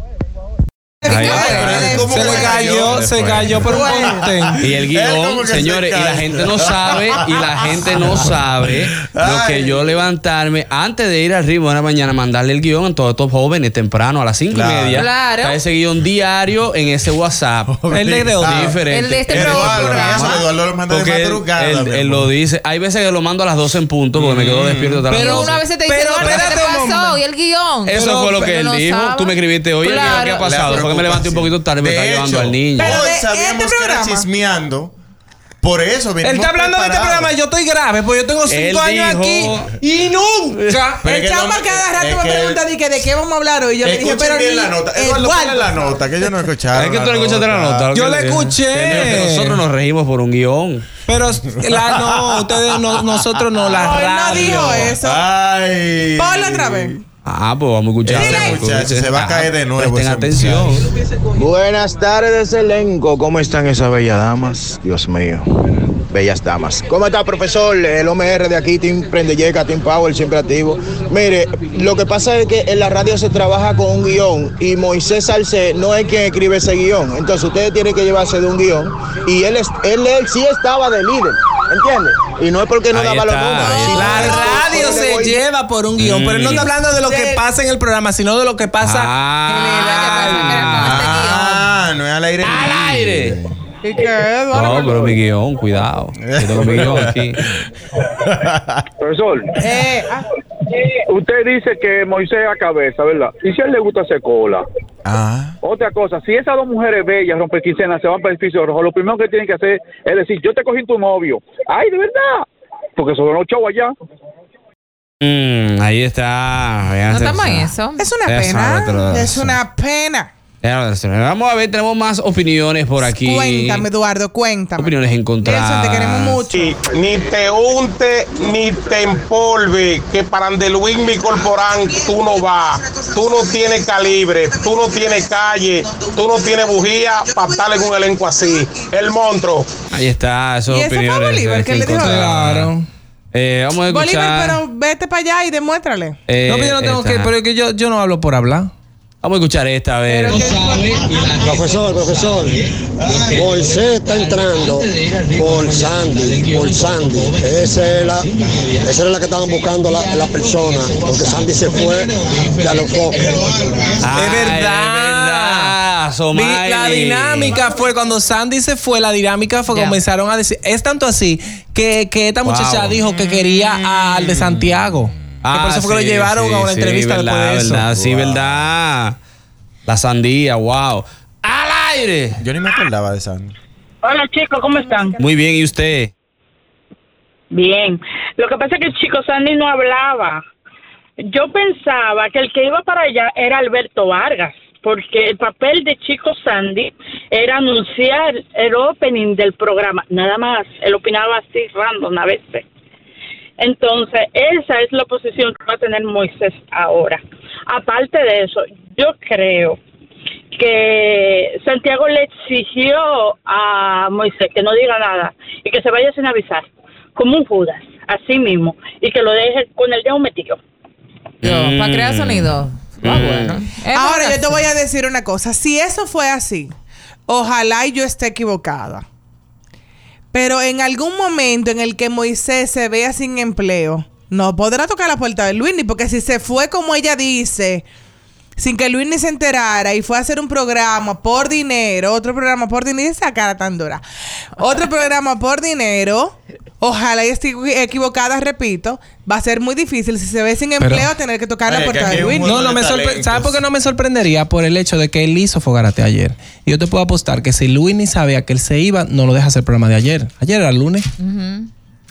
[SPEAKER 12] se le cayó, se cayó por un ponte.
[SPEAKER 4] Y el guión, señores, y la gente no sabe, y la gente no sabe lo que yo levantarme antes de ir al ritmo de la mañana, mandarle el guión a todos estos jóvenes temprano a las cinco
[SPEAKER 12] Claro.
[SPEAKER 4] y media.
[SPEAKER 12] Claro.
[SPEAKER 4] Está ese guión diario en ese WhatsApp.
[SPEAKER 12] El de Eduardo.
[SPEAKER 4] Ah, diferente.
[SPEAKER 12] El de este Eduardo, programa. eso, Eduardo lo manda de
[SPEAKER 4] Porque él-
[SPEAKER 12] madrugada,
[SPEAKER 4] Él,
[SPEAKER 12] mi Mm.
[SPEAKER 4] él lo dice. Hay veces que lo mando a las 12 en punto porque me quedo despierto hasta las
[SPEAKER 5] Pero
[SPEAKER 4] 12.
[SPEAKER 5] una vez se te dice,
[SPEAKER 12] Pero
[SPEAKER 5] "Eduardo, ¿qué te
[SPEAKER 12] espérate un
[SPEAKER 5] pasó? ¿Y el guión?
[SPEAKER 4] Eso fue lo que él
[SPEAKER 5] no
[SPEAKER 4] dijo.
[SPEAKER 5] sabe.
[SPEAKER 4] Tú me escribiste hoy.
[SPEAKER 5] Claro.
[SPEAKER 4] ¿Qué ha pasado?
[SPEAKER 6] La
[SPEAKER 4] Fue que me levanté un poquito tarde y me
[SPEAKER 6] De
[SPEAKER 4] estaba llevando
[SPEAKER 6] hecho,
[SPEAKER 4] al niño.
[SPEAKER 6] Hoy sabíamos que era chismeando. Por eso
[SPEAKER 12] este Él está hablando de este programa, yo estoy grave, porque yo tengo cinco
[SPEAKER 6] Él
[SPEAKER 12] años
[SPEAKER 6] dijo-
[SPEAKER 12] aquí y nunca.
[SPEAKER 6] Pero es
[SPEAKER 8] el
[SPEAKER 6] que
[SPEAKER 8] chama
[SPEAKER 6] no-
[SPEAKER 8] cada
[SPEAKER 6] es
[SPEAKER 8] rato me
[SPEAKER 6] que-
[SPEAKER 8] pregunta di que, de qué vamos a hablar hoy. Yo le dije,
[SPEAKER 6] Escuchen
[SPEAKER 8] pero
[SPEAKER 6] bien
[SPEAKER 8] ni-
[SPEAKER 6] la nota. Eduardo,
[SPEAKER 8] Eduardo.
[SPEAKER 6] ponle la nota, que yo no he escuchado.
[SPEAKER 4] Es que tú no escuchaste la nota.
[SPEAKER 12] Yo la escuché.
[SPEAKER 4] Señor, Nosotros nos regimos por un guión.
[SPEAKER 12] Pero la, no, ustedes no, nosotros no, la
[SPEAKER 8] No, él no
[SPEAKER 12] radio.
[SPEAKER 8] dijo eso.
[SPEAKER 6] Ay.
[SPEAKER 8] Ponlo otra vez.
[SPEAKER 4] Ah, pues vamos a escuchar.
[SPEAKER 16] Ese
[SPEAKER 4] Vamos a escuchar.
[SPEAKER 16] muchacho se va a
[SPEAKER 4] Ah,
[SPEAKER 16] caer de nuevo
[SPEAKER 4] Presten
[SPEAKER 16] ese
[SPEAKER 4] atención.
[SPEAKER 16] Buenas tardes, elenco. ¿Cómo están esas bellas damas? Dios mío. Bellas damas. ¿Cómo está, profesor? El OMR de aquí, Team Prende Yeca, Team Power, siempre activo. Mire, lo que pasa es que en la radio se trabaja con un guión y Moisés Salce no es quien escribe ese guión. Entonces ustedes tienen que llevarse de un guión y él, es- él, él sí estaba de líder. ¿Entiendes? Y no es porque no
[SPEAKER 12] Ahí
[SPEAKER 16] daba
[SPEAKER 12] está,
[SPEAKER 16] los números.
[SPEAKER 12] ahí
[SPEAKER 16] sino
[SPEAKER 12] está. Mm.
[SPEAKER 16] es por-
[SPEAKER 12] La
[SPEAKER 16] por
[SPEAKER 12] radio
[SPEAKER 16] el
[SPEAKER 12] se
[SPEAKER 16] egoísmo.
[SPEAKER 12] lleva por un guión, pero él
[SPEAKER 4] Mm.
[SPEAKER 12] no está hablando de lo que pasa en el programa, sino de lo que pasa.
[SPEAKER 6] Ah, no es al aire. ¡Al
[SPEAKER 4] aire!
[SPEAKER 8] ¿Y qué, Eduardo?
[SPEAKER 4] No, pero mi guión, cuidado. Yo tengo mi guión aquí.
[SPEAKER 13] Profesor, usted dice que Moisés a cabeza, ¿verdad? ¿Y si a él le gusta hacer cola?
[SPEAKER 6] Ah.
[SPEAKER 13] Otra cosa, si esas dos mujeres bellas rompen quincenas, se van para el edificio rojo, lo primero que tienen que hacer es decir, yo te cogí en tu novio. ¡Ay, de verdad! Porque son los chavos allá.
[SPEAKER 4] Mm, ahí está.
[SPEAKER 5] No
[SPEAKER 4] Véanse
[SPEAKER 5] estamos en
[SPEAKER 4] esa.
[SPEAKER 5] eso.
[SPEAKER 8] Es una
[SPEAKER 4] Esa otra
[SPEAKER 8] pena.
[SPEAKER 4] de
[SPEAKER 8] Es
[SPEAKER 4] eso.
[SPEAKER 8] una pena.
[SPEAKER 4] Véanse esa. Vamos a ver, tenemos más opiniones por aquí.
[SPEAKER 8] Cuéntame, Eduardo, cuéntame.
[SPEAKER 4] Opiniones
[SPEAKER 8] Nelson,
[SPEAKER 4] encontradas.
[SPEAKER 8] te queremos mucho.
[SPEAKER 17] Ah, Ni te unte ni te empolve, que para Andeluín mi corporán tú no vas. Tú no tienes calibre, tú no tienes calle, tú no tienes bujía para estar en un elenco así. El monstruo.
[SPEAKER 4] Ahí está, esos
[SPEAKER 8] ¿Y ese fue
[SPEAKER 4] opiniones.
[SPEAKER 8] Bolívar
[SPEAKER 6] eh,
[SPEAKER 8] que le dijo?
[SPEAKER 4] encontradas.
[SPEAKER 12] Claro.
[SPEAKER 4] Eh, vamos a escuchar.
[SPEAKER 8] Bolívar, pero vete para allá y demuéstrale.
[SPEAKER 6] Eh,
[SPEAKER 12] no, pero yo no tengo
[SPEAKER 4] eh, esta.
[SPEAKER 12] que, pero es que yo, yo no hablo por hablar.
[SPEAKER 4] Vamos a escuchar esta a ver.
[SPEAKER 18] Profesor, profesor, Moisés está entrando por Sandy, por Sandy. Esa era la, esa era la que estaban buscando la, la persona, porque Sandy se fue ya los focos.
[SPEAKER 4] es verdad.
[SPEAKER 12] Vi-
[SPEAKER 4] Somaili.
[SPEAKER 12] La dinámica fue cuando Sandy se fue, la dinámica fue que
[SPEAKER 4] Ya.
[SPEAKER 12] comenzaron a decir. Es tanto así que, que esta muchacha
[SPEAKER 4] Wow.
[SPEAKER 12] dijo que quería al de Santiago. que por
[SPEAKER 4] Ah,
[SPEAKER 12] eso fue que
[SPEAKER 4] sí,
[SPEAKER 12] lo llevaron
[SPEAKER 4] sí,
[SPEAKER 12] a una
[SPEAKER 4] sí,
[SPEAKER 12] entrevista
[SPEAKER 4] verdad,
[SPEAKER 12] después de eso.
[SPEAKER 4] verdad, Sí, verdad. La sandía, wow. ¡Al aire!
[SPEAKER 6] Yo ni me acordaba de Sandy.
[SPEAKER 14] Hola chicos, ¿cómo están?
[SPEAKER 4] Muy bien, ¿y usted?
[SPEAKER 14] Bien. Lo que pasa es que el chico Sandy no hablaba. Yo pensaba que el que iba para allá era Alberto Vargas, porque el papel de chico Sandy era anunciar el opening del programa, nada más. Él opinaba así random a veces. Entonces, esa es la posición que va a tener Moisés ahora. Aparte de eso, yo creo que Santiago le exigió a Moisés que no diga nada y que se vaya sin avisar, como un Judas, así mismo, y que lo deje con el dedo metido.
[SPEAKER 8] Mm.
[SPEAKER 5] Para crear sonido. Ah, bueno.
[SPEAKER 8] Ahora yo te voy a decir una cosa. Si eso fue así, ojalá y yo esté equivocada. Pero en algún momento en el que Moisés se vea sin empleo, no podrá tocar la puerta de Luis, porque si se fue como ella dice, sin que Luis ni se enterara y fue a hacer un programa por dinero, otro programa por dinero, y esa cara tan dura, otro programa por dinero, Ojalá y esté equivocada, repito. Va a ser muy difícil si se ve sin
[SPEAKER 12] Pero-
[SPEAKER 8] empleo tener que tocar la
[SPEAKER 12] Oye, que
[SPEAKER 8] puerta
[SPEAKER 12] aquí hay
[SPEAKER 8] de
[SPEAKER 12] un
[SPEAKER 8] Whitney.
[SPEAKER 12] No, no me sorpre- ¿Sabes por qué no me sorprendería? Por el hecho de que él hizo Fogarate ayer. Y Yo te puedo apostar que si Luis ni sabía que él se iba, no lo deja hacer el programa de ayer. Ayer era lunes.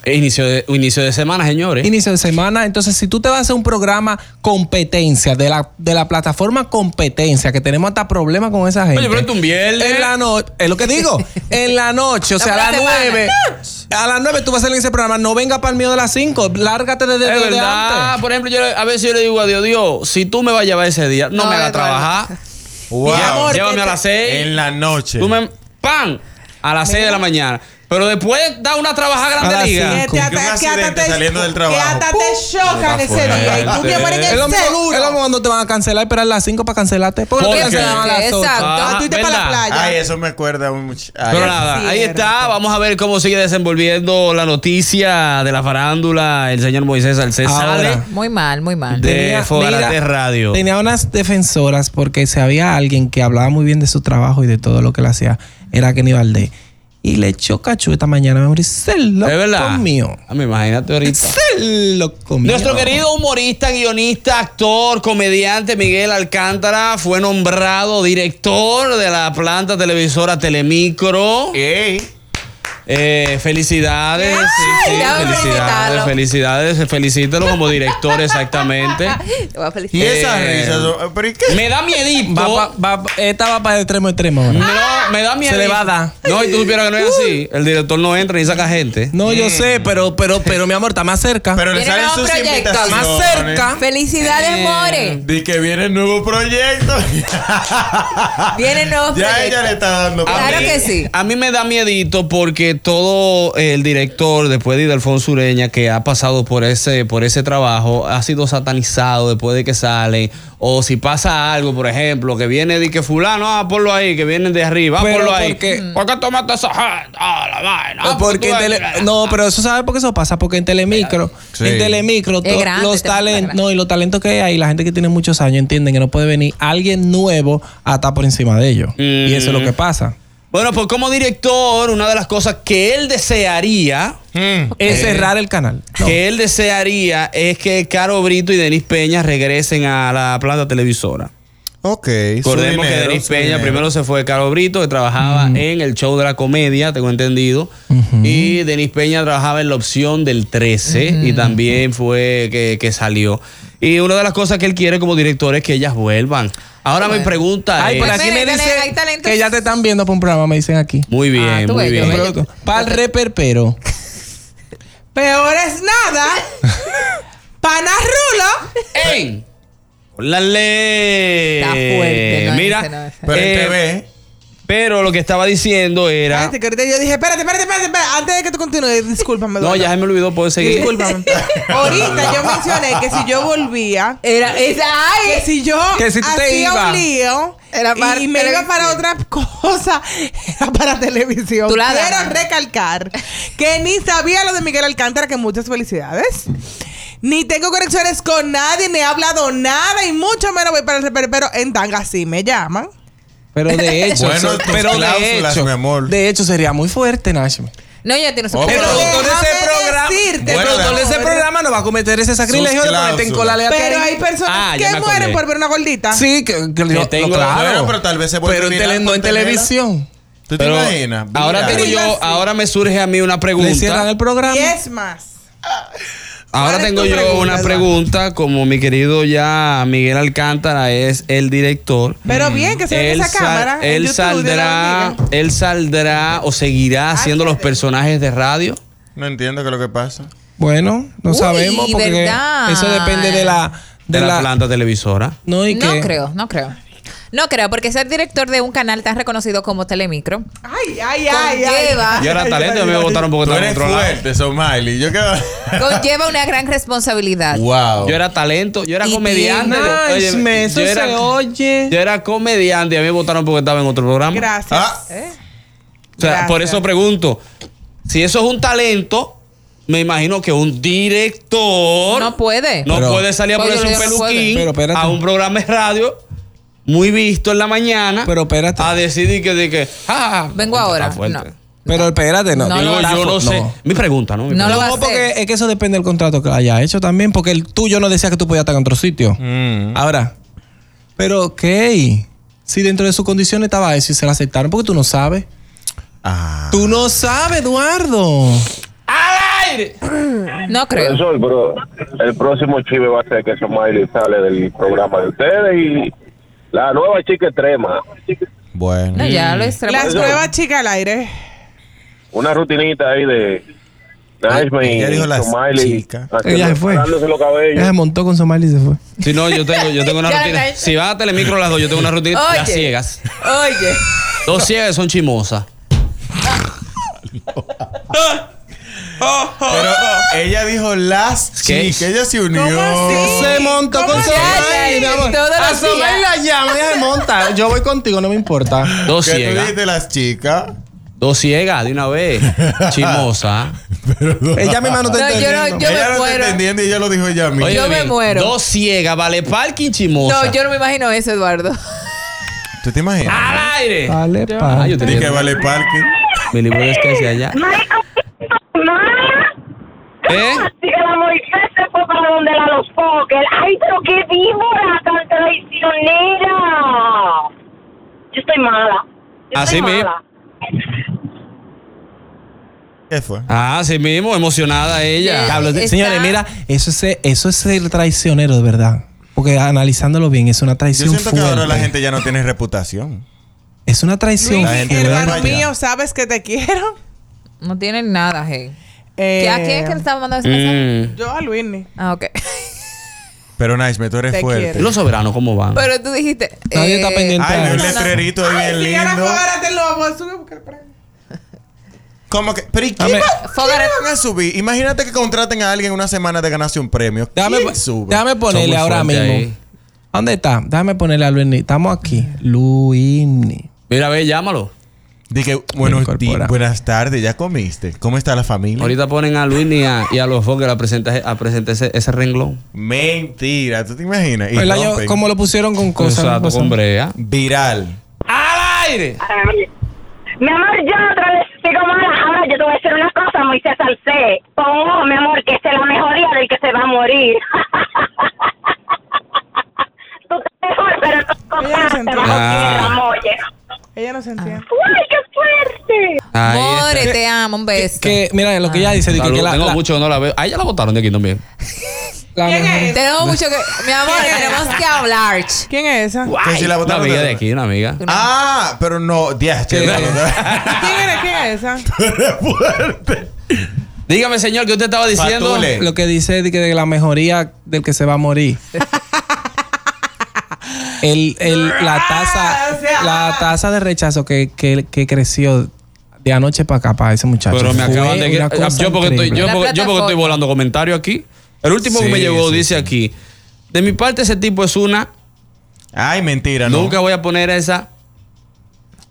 [SPEAKER 4] Inicio de, inicio de semana, señores.
[SPEAKER 12] Inicio de semana. Entonces, si tú te vas a hacer un programa competencia, de la, de la plataforma competencia, que tenemos hasta problemas con esa gente.
[SPEAKER 4] Oye, pero esto es un viernes.
[SPEAKER 12] En la noche, es lo que digo, en la noche, o sea, a las
[SPEAKER 4] Una semana.
[SPEAKER 12] 9. A las 9 tú vas a salir en ese programa, no venga para el mío de las 5, lárgate desde,
[SPEAKER 4] Es
[SPEAKER 12] desde
[SPEAKER 4] verdad. pues.
[SPEAKER 12] antes.
[SPEAKER 4] Por ejemplo, yo le- a veces yo le digo a Dios, Dios, si tú me vas a llevar ese día, no,
[SPEAKER 12] No,
[SPEAKER 4] me hagas
[SPEAKER 12] de
[SPEAKER 4] trabajar.
[SPEAKER 6] Wow.
[SPEAKER 4] Llévame-
[SPEAKER 6] Amor,
[SPEAKER 4] Llévame
[SPEAKER 6] que
[SPEAKER 4] a
[SPEAKER 6] te-
[SPEAKER 4] las seis.
[SPEAKER 6] En la noche.
[SPEAKER 4] Tú me- ¡Pam! A las seis de la mañana. Pero después da una trabajada grande liga.
[SPEAKER 6] saliendo del
[SPEAKER 8] Que hasta te chocan ese día. Y tú, mi amor, en
[SPEAKER 12] Es
[SPEAKER 8] el
[SPEAKER 12] lo mismo
[SPEAKER 8] seguro.
[SPEAKER 12] es lo mismo cuando te van a cancelar, esperar las 5 para cancelarte. ¿Por qué te cancelaban a las ocho?
[SPEAKER 6] Ah,
[SPEAKER 12] Ah, tú irte
[SPEAKER 4] ¿verdad?
[SPEAKER 6] Ay, eso me acuerda un much- Ay,
[SPEAKER 4] Pero nada, ahí está. Vamos a ver cómo sigue desenvolviendo la noticia de la farándula. El señor Moisés Salcés sale.
[SPEAKER 5] Muy mal, muy mal.
[SPEAKER 4] De
[SPEAKER 5] Tenía-
[SPEAKER 4] Fogarate
[SPEAKER 5] mira,
[SPEAKER 4] Radio.
[SPEAKER 12] Tenía unas defensoras porque si había alguien que hablaba muy bien de su trabajo y de todo lo que le hacía, era Kenny Valdés. Y le echó cachú esta mañana. Me morí, "Se loco
[SPEAKER 4] Es verdad.
[SPEAKER 12] mío.
[SPEAKER 4] Ah, me imagínate ahorita.
[SPEAKER 12] Se loco mío.
[SPEAKER 4] Nuestro querido humorista, guionista, actor, comediante Miguel Alcántara fue nombrado director de la planta televisora Telemicro. Eh, felicidades, sí, sí,
[SPEAKER 5] déjame felicitarlo.
[SPEAKER 4] felicidades, felicidades, se felicítalo como director exactamente.
[SPEAKER 5] Te voy a felicitar.
[SPEAKER 4] Y esas Eh, risas
[SPEAKER 6] son-
[SPEAKER 4] Me da miedito.
[SPEAKER 12] Va pa- va- esta va para el extremo extremo. ahora.
[SPEAKER 4] No, me da miedo.
[SPEAKER 12] Se le va a dar.
[SPEAKER 4] No, y tú supieras que no es así. El director no entra ni saca gente.
[SPEAKER 12] Uh. No, yo sé, pero, pero, pero mi amor, está más cerca. Pero
[SPEAKER 6] le salen sus
[SPEAKER 12] Está
[SPEAKER 6] invitaciones.
[SPEAKER 12] más cerca.
[SPEAKER 5] Felicidades,
[SPEAKER 4] Eh.
[SPEAKER 5] More.
[SPEAKER 6] Di que viene el nuevo proyecto.
[SPEAKER 5] Vienen nuevos
[SPEAKER 6] ya ella
[SPEAKER 5] proyectos.
[SPEAKER 6] le está dando
[SPEAKER 5] Claro
[SPEAKER 6] pa' mí.
[SPEAKER 5] que sí.
[SPEAKER 4] A mí me da miedito porque todo el director, después de Alfonso Ureña, que ha pasado por ese, por ese trabajo, ha sido satanizado después de que sale. O si pasa algo, por ejemplo, que viene de que fulano, ah, ponlo ahí, que vienen de arriba, ah,
[SPEAKER 12] Pero
[SPEAKER 4] ponlo ahí.
[SPEAKER 12] porque- Pues
[SPEAKER 4] ¿Por qué tomaste esa gente? Ah, la vaina. Ah,
[SPEAKER 12] porque
[SPEAKER 4] tú
[SPEAKER 12] en
[SPEAKER 4] ves-
[SPEAKER 12] tele- no, pero eso sabes por qué eso pasa, porque en Telemicro,
[SPEAKER 4] Sí.
[SPEAKER 12] en Telemicro,
[SPEAKER 4] Es
[SPEAKER 12] to-
[SPEAKER 4] grande,
[SPEAKER 12] los
[SPEAKER 4] Telemicro es
[SPEAKER 12] talentos,
[SPEAKER 4] grande.
[SPEAKER 12] no, y los talentos que hay, la gente que tiene muchos años entienden que no puede venir alguien nuevo a estar por encima de ellos. Y eso es
[SPEAKER 4] Mm.
[SPEAKER 12] lo que pasa.
[SPEAKER 4] Bueno, pues como director, una de las cosas que él desearía Mm.
[SPEAKER 12] Es cerrar el canal.
[SPEAKER 4] que él desearía es que Caro Brito y Denis Peña regresen a la planta televisora.
[SPEAKER 6] Ok. su
[SPEAKER 4] Recordemos que
[SPEAKER 6] dinero,
[SPEAKER 4] Denis
[SPEAKER 6] su
[SPEAKER 4] Peña
[SPEAKER 6] dinero.
[SPEAKER 4] primero se fue Caro Brito, que trabajaba en el show de la comedia, tengo entendido. Y Denis Peña trabajaba en la opción del 13 y también fue que, que salió. Y una de las cosas que él quiere como director es que ellas vuelvan. Ahora mi pregunta
[SPEAKER 12] Ay, pues
[SPEAKER 4] es.
[SPEAKER 12] por aquí me dicen que ya te están viendo por un programa, me dicen aquí.
[SPEAKER 4] Muy bien, Ah, tú muy ves, bien. yo veo, yo-
[SPEAKER 12] Para el reperpero.
[SPEAKER 8] Peor es nada. Pana Rulo.
[SPEAKER 4] ¡Ey! ¡Órale!
[SPEAKER 8] Está fuerte, no es
[SPEAKER 4] Mira. eh,
[SPEAKER 8] ese, no es ese.
[SPEAKER 6] Pero en TV.
[SPEAKER 4] Pero lo que estaba diciendo era.
[SPEAKER 8] Espérate, que ahorita yo dije, espérate, espérate, espérate, espérate, antes de que tú continúes, discúlpame.
[SPEAKER 4] No,
[SPEAKER 8] Eduardo.
[SPEAKER 4] ya se me olvidó, puedo seguir.
[SPEAKER 8] Discúlpame. Ahorita yo mencioné que si yo volvía,
[SPEAKER 5] Era- esa- ay.
[SPEAKER 8] que si yo
[SPEAKER 4] Que si tú te
[SPEAKER 8] hacía
[SPEAKER 4] ibas.
[SPEAKER 8] un lío
[SPEAKER 5] Era para
[SPEAKER 8] y me iba
[SPEAKER 5] televisión.
[SPEAKER 8] para otra cosa, era para televisión.
[SPEAKER 5] Tú la
[SPEAKER 8] Quiero
[SPEAKER 5] dabas.
[SPEAKER 8] recalcar que ni sabía lo de Miguel Alcántara, que muchas felicidades. Ni tengo conexiones con nadie, ni he hablado nada y mucho menos voy para el reperpero en tanga. Sí, me llaman.
[SPEAKER 12] Pero de hecho,
[SPEAKER 6] Bueno,
[SPEAKER 12] so-
[SPEAKER 6] tus
[SPEAKER 12] pero de
[SPEAKER 6] cláusulas,
[SPEAKER 12] hecho,
[SPEAKER 6] mi amor.
[SPEAKER 12] de hecho sería muy fuerte, Nash.
[SPEAKER 5] No, ya tiene su
[SPEAKER 4] Oh,
[SPEAKER 12] El
[SPEAKER 5] programa.
[SPEAKER 12] productor de ese
[SPEAKER 5] Déjame
[SPEAKER 12] programa,
[SPEAKER 5] decirte,
[SPEAKER 12] el
[SPEAKER 5] por
[SPEAKER 12] productor de ese
[SPEAKER 5] favor.
[SPEAKER 12] programa no va a cometer ese sacrilegio de ponerte en cola aleatoria.
[SPEAKER 8] Pero hay personas
[SPEAKER 12] Ah, ya
[SPEAKER 8] que
[SPEAKER 12] me
[SPEAKER 8] mueren
[SPEAKER 12] acordé.
[SPEAKER 8] por ver una gordita.
[SPEAKER 12] Sí, que, que
[SPEAKER 4] Que
[SPEAKER 12] lo-
[SPEAKER 4] tengo-
[SPEAKER 12] lo- claro.
[SPEAKER 4] Bueno,
[SPEAKER 6] pero tal vez se vuelve
[SPEAKER 12] Pero en
[SPEAKER 6] viral
[SPEAKER 12] tele- no
[SPEAKER 6] por
[SPEAKER 12] en
[SPEAKER 6] tenerla.
[SPEAKER 12] televisión.
[SPEAKER 6] ¿Tú te
[SPEAKER 4] Pero
[SPEAKER 6] imaginas?
[SPEAKER 4] Ahora
[SPEAKER 6] Mira.
[SPEAKER 4] tengo yo, ahora me surge a mí una pregunta.
[SPEAKER 12] Le cierran el programa.
[SPEAKER 8] Y es más.
[SPEAKER 4] Ahora
[SPEAKER 8] ¿Cuál es
[SPEAKER 4] tengo
[SPEAKER 8] tu
[SPEAKER 4] yo
[SPEAKER 8] pregunta,
[SPEAKER 4] una
[SPEAKER 8] Eduardo?
[SPEAKER 4] pregunta, como mi querido ya Miguel Alcántara es el director.
[SPEAKER 8] Pero bien, que se ve
[SPEAKER 4] él
[SPEAKER 8] esa
[SPEAKER 4] sal-
[SPEAKER 8] cámara en
[SPEAKER 4] Él
[SPEAKER 8] YouTube,
[SPEAKER 4] saldrá, él saldrá o seguirá haciendo los personajes de radio.
[SPEAKER 6] No entiendo qué es lo que pasa.
[SPEAKER 12] Bueno, no
[SPEAKER 4] Uy,
[SPEAKER 12] sabemos porque
[SPEAKER 5] ¿verdad?
[SPEAKER 12] eso depende de la
[SPEAKER 4] De, la, planta televisora.
[SPEAKER 12] no y
[SPEAKER 5] No
[SPEAKER 12] que-
[SPEAKER 5] creo, no creo. No creo, porque ser director de un canal tan reconocido como Telemicro.
[SPEAKER 8] Ay, ay, ay, ay.
[SPEAKER 6] Ah,
[SPEAKER 5] Conlleva.
[SPEAKER 4] Y ahora talento, me voy a botar un poco
[SPEAKER 6] Tú
[SPEAKER 4] tan
[SPEAKER 6] eres
[SPEAKER 4] controlado.
[SPEAKER 6] fuerte, Somali. Yo quedo...
[SPEAKER 5] Conlleva una gran responsabilidad.
[SPEAKER 6] Wow.
[SPEAKER 4] Yo era talento, yo era
[SPEAKER 5] Y
[SPEAKER 4] comediante.
[SPEAKER 5] tiene-
[SPEAKER 4] Oye,
[SPEAKER 5] Nice, me, eso
[SPEAKER 4] yo, era,
[SPEAKER 5] se
[SPEAKER 12] oye.
[SPEAKER 4] yo era comediante y a mí me votaron porque estaba en otro programa.
[SPEAKER 8] Gracias.
[SPEAKER 4] Ah,
[SPEAKER 8] ¿Eh?
[SPEAKER 4] o sea,
[SPEAKER 8] gracias.
[SPEAKER 4] por eso pregunto, si eso es un talento, me imagino que un director
[SPEAKER 5] No puede.
[SPEAKER 4] no
[SPEAKER 5] Pero-
[SPEAKER 4] puede salir a
[SPEAKER 5] Oye,
[SPEAKER 4] ponerse un
[SPEAKER 5] yo no puedo.
[SPEAKER 4] peluquín
[SPEAKER 5] Pero
[SPEAKER 12] espérate.
[SPEAKER 4] a un programa de radio muy visto en la mañana
[SPEAKER 12] Pero espérate.
[SPEAKER 4] a decidir que, de que ah,
[SPEAKER 5] Vengo
[SPEAKER 4] está
[SPEAKER 5] ahora.
[SPEAKER 4] fuerte.
[SPEAKER 5] No.
[SPEAKER 12] Pero espérate, no.
[SPEAKER 4] Digo, yo no sé. Mi pregunta, ¿no? Mi
[SPEAKER 12] No,
[SPEAKER 4] pregunta.
[SPEAKER 12] porque es que eso depende del contrato que haya hecho también, porque el tuyo no decía que tú podías estar en otro sitio.
[SPEAKER 6] Mm.
[SPEAKER 12] Ahora, pero ok, si dentro de sus condiciones estaba eso y se la aceptaron, porque tú no sabes.
[SPEAKER 4] Ah.
[SPEAKER 12] Tú no sabes, Eduardo.
[SPEAKER 5] No creo.
[SPEAKER 3] Profesor, pero el próximo chive va a ser que Somaili sale del programa de ustedes y la nueva chica extrema.
[SPEAKER 6] Bueno.
[SPEAKER 8] No, ya lo
[SPEAKER 3] extremo.
[SPEAKER 8] Las pruebas chica al aire.
[SPEAKER 3] Una rutinita ahí de Nashman y
[SPEAKER 4] Ah, ella dijo las
[SPEAKER 3] Somaili.
[SPEAKER 12] Ella se fue.
[SPEAKER 3] agarrándose los cabellos.
[SPEAKER 12] Ella se montó con Somali y se fue.
[SPEAKER 4] Si no, yo tengo, yo tengo una
[SPEAKER 5] Ya,
[SPEAKER 4] rutina.
[SPEAKER 5] ya.
[SPEAKER 4] Si vas a Telemicro a las dos, yo tengo una rutina.
[SPEAKER 5] Oye.
[SPEAKER 4] Las ciegas.
[SPEAKER 5] Oye.
[SPEAKER 4] Dos ciegas son chimosas.
[SPEAKER 6] Oh, Pero ella dijo las
[SPEAKER 4] ¿Qué?
[SPEAKER 6] chicas. Ella se unió.
[SPEAKER 12] Se montó
[SPEAKER 6] ¿Cómo
[SPEAKER 12] con
[SPEAKER 6] así?
[SPEAKER 12] Somali. mi amor.
[SPEAKER 5] Todos
[SPEAKER 12] A
[SPEAKER 5] los
[SPEAKER 12] Somali
[SPEAKER 5] días.
[SPEAKER 12] la llama, ella se monta. Yo voy contigo, no me importa.
[SPEAKER 4] Dos
[SPEAKER 12] ¿Qué tú
[SPEAKER 4] ciegas.
[SPEAKER 12] dices?
[SPEAKER 6] de las chicas?
[SPEAKER 4] Dos ciegas de una vez. Chimosa.
[SPEAKER 12] Ella misma no te
[SPEAKER 5] No, yo no- entendiendo. yo me
[SPEAKER 6] ella no
[SPEAKER 5] muero.
[SPEAKER 6] está entendiendo y ella lo dijo ella misma.
[SPEAKER 4] Oye,
[SPEAKER 5] Yo me
[SPEAKER 4] bien,
[SPEAKER 5] muero.
[SPEAKER 4] Dos ciegas, vale parking chimosa.
[SPEAKER 5] No, yo no me imagino eso, Eduardo.
[SPEAKER 6] ¿Tú te imaginas?
[SPEAKER 4] ¡Al aire!
[SPEAKER 12] Vale,
[SPEAKER 4] Ah, yo tenía- "Ah".
[SPEAKER 6] Dije que vale parking.
[SPEAKER 4] Mi libro es que hacia allá. ¿Eh?
[SPEAKER 14] Así que la Moisés se fue para donde la los póker. ¡Ay, pero qué víbora tan traicionera! Yo estoy mala. Yo
[SPEAKER 4] Así
[SPEAKER 14] estoy
[SPEAKER 4] mismo.
[SPEAKER 14] mala.
[SPEAKER 6] ¿Qué fue?
[SPEAKER 4] Ah, sí mismo, emocionada ella.
[SPEAKER 12] Diablo,
[SPEAKER 4] Está-
[SPEAKER 12] Señores, mira, eso es, eso es ser traicionero de verdad. Porque analizándolo bien, es una
[SPEAKER 6] Yo
[SPEAKER 12] traición
[SPEAKER 6] siento que ahora la
[SPEAKER 12] fuerte.
[SPEAKER 6] gente ya no tiene reputación.
[SPEAKER 12] Es una traición
[SPEAKER 6] La gente
[SPEAKER 12] fuerte.
[SPEAKER 6] Hermano
[SPEAKER 8] Dios mío, sabes que te quiero.
[SPEAKER 5] No tienen nada, hey.
[SPEAKER 8] Eh,
[SPEAKER 5] ¿A quién es que le estaba mandando ese
[SPEAKER 4] Mm.
[SPEAKER 5] mensaje?
[SPEAKER 8] Yo a Luini.
[SPEAKER 5] Ah, ok.
[SPEAKER 6] Pero Naisme, tú eres
[SPEAKER 5] Te
[SPEAKER 6] fuerte.
[SPEAKER 5] quiero. Eh,
[SPEAKER 4] Los soberanos, ¿cómo van?
[SPEAKER 5] Pero tú dijiste.
[SPEAKER 12] Nadie está pendiente
[SPEAKER 6] Ay,
[SPEAKER 12] de
[SPEAKER 6] vi un
[SPEAKER 12] eso.
[SPEAKER 6] letrerito ahí bien
[SPEAKER 8] Y ahora
[SPEAKER 6] lindo.
[SPEAKER 8] fogárate lobo. Sube a buscar para
[SPEAKER 6] Como que, pero ¿y quién
[SPEAKER 12] Dame-
[SPEAKER 6] va- quién van a subir? Imagínate que contraten a alguien una semana de ganarse un premio.
[SPEAKER 12] Déjame,
[SPEAKER 6] ¿Quién
[SPEAKER 12] po-
[SPEAKER 6] sube?
[SPEAKER 12] déjame ponerle
[SPEAKER 4] Son muy
[SPEAKER 12] ahora mismo.
[SPEAKER 4] fuertes ahí.
[SPEAKER 12] ¿Dónde está? Déjame ponerle a Luini. Estamos aquí. Luini.
[SPEAKER 4] Mira, ve, llámalo.
[SPEAKER 6] Dije, buenos
[SPEAKER 12] Me
[SPEAKER 6] di-
[SPEAKER 12] incorpora.
[SPEAKER 6] buenas tardes, ¿ya comiste? ¿Cómo está la familia?
[SPEAKER 4] Ahorita ponen a Luis y a, y a los Fokker a presentar, a presentar ese, ese renglón.
[SPEAKER 6] Mentira, ¿tú te imaginas? Y
[SPEAKER 12] El año,
[SPEAKER 6] rompen.
[SPEAKER 12] como lo pusieron con cosas.
[SPEAKER 4] Exacto,
[SPEAKER 12] cosas.
[SPEAKER 4] con brea.
[SPEAKER 6] Viral.
[SPEAKER 4] ¡Al aire!
[SPEAKER 14] Ay, Mi amor, yo otra vez sigo mala. Ahora yo te voy a decir una cosa, Moisés Salcé. Oh, mi amor, que esa es la mejoría del que se va a morir. Tú te mejor, pero tú te vas
[SPEAKER 4] Ah.
[SPEAKER 14] a morir, amor, oye.
[SPEAKER 8] Ella no se entiende.
[SPEAKER 14] ¡Ay, qué fuerte!
[SPEAKER 4] Ahí
[SPEAKER 5] More,
[SPEAKER 4] está.
[SPEAKER 5] te amo, un beso. Ah.
[SPEAKER 12] Que, mira, lo que ella dice. dije
[SPEAKER 4] Salud,
[SPEAKER 12] que la,
[SPEAKER 4] tengo
[SPEAKER 12] la-
[SPEAKER 4] mucho que no la veo. Ah, ya la votaron de aquí también.
[SPEAKER 12] la mejor-
[SPEAKER 5] Tenemos mucho que. Mi amor, tenemos que hablar.
[SPEAKER 8] ¿Quién es esa?
[SPEAKER 6] Que si la
[SPEAKER 4] Una
[SPEAKER 6] botaron
[SPEAKER 4] amiga
[SPEAKER 6] de-
[SPEAKER 4] de aquí, una amiga.
[SPEAKER 6] Ah, pero no, ya, che,
[SPEAKER 8] ¿Quién eres? ¿Quién es esa?
[SPEAKER 6] fuerte.
[SPEAKER 4] Dígame, señor, que usted estaba diciendo?
[SPEAKER 6] Fatule.
[SPEAKER 12] Lo que dice de que de la mejoría del que se va a morir. El- el- la
[SPEAKER 4] Ah,
[SPEAKER 12] tasa la tasa de rechazo que, que- que creció de anoche para acá para ese muchacho.
[SPEAKER 4] Pero me
[SPEAKER 12] fue
[SPEAKER 4] acaban de...
[SPEAKER 12] una
[SPEAKER 4] Yo
[SPEAKER 12] cosa
[SPEAKER 4] porque, estoy,
[SPEAKER 12] increíble.
[SPEAKER 4] yo,
[SPEAKER 5] La
[SPEAKER 4] porque, yo porque estoy
[SPEAKER 5] plataforma.
[SPEAKER 4] volando comentarios aquí. El último que me
[SPEAKER 6] Sí,
[SPEAKER 4] llegó
[SPEAKER 6] sí,
[SPEAKER 4] dice
[SPEAKER 6] sí.
[SPEAKER 4] aquí... De mi parte, ese tipo es una...
[SPEAKER 6] Ay, mentira, no.
[SPEAKER 4] Nunca voy a poner esa...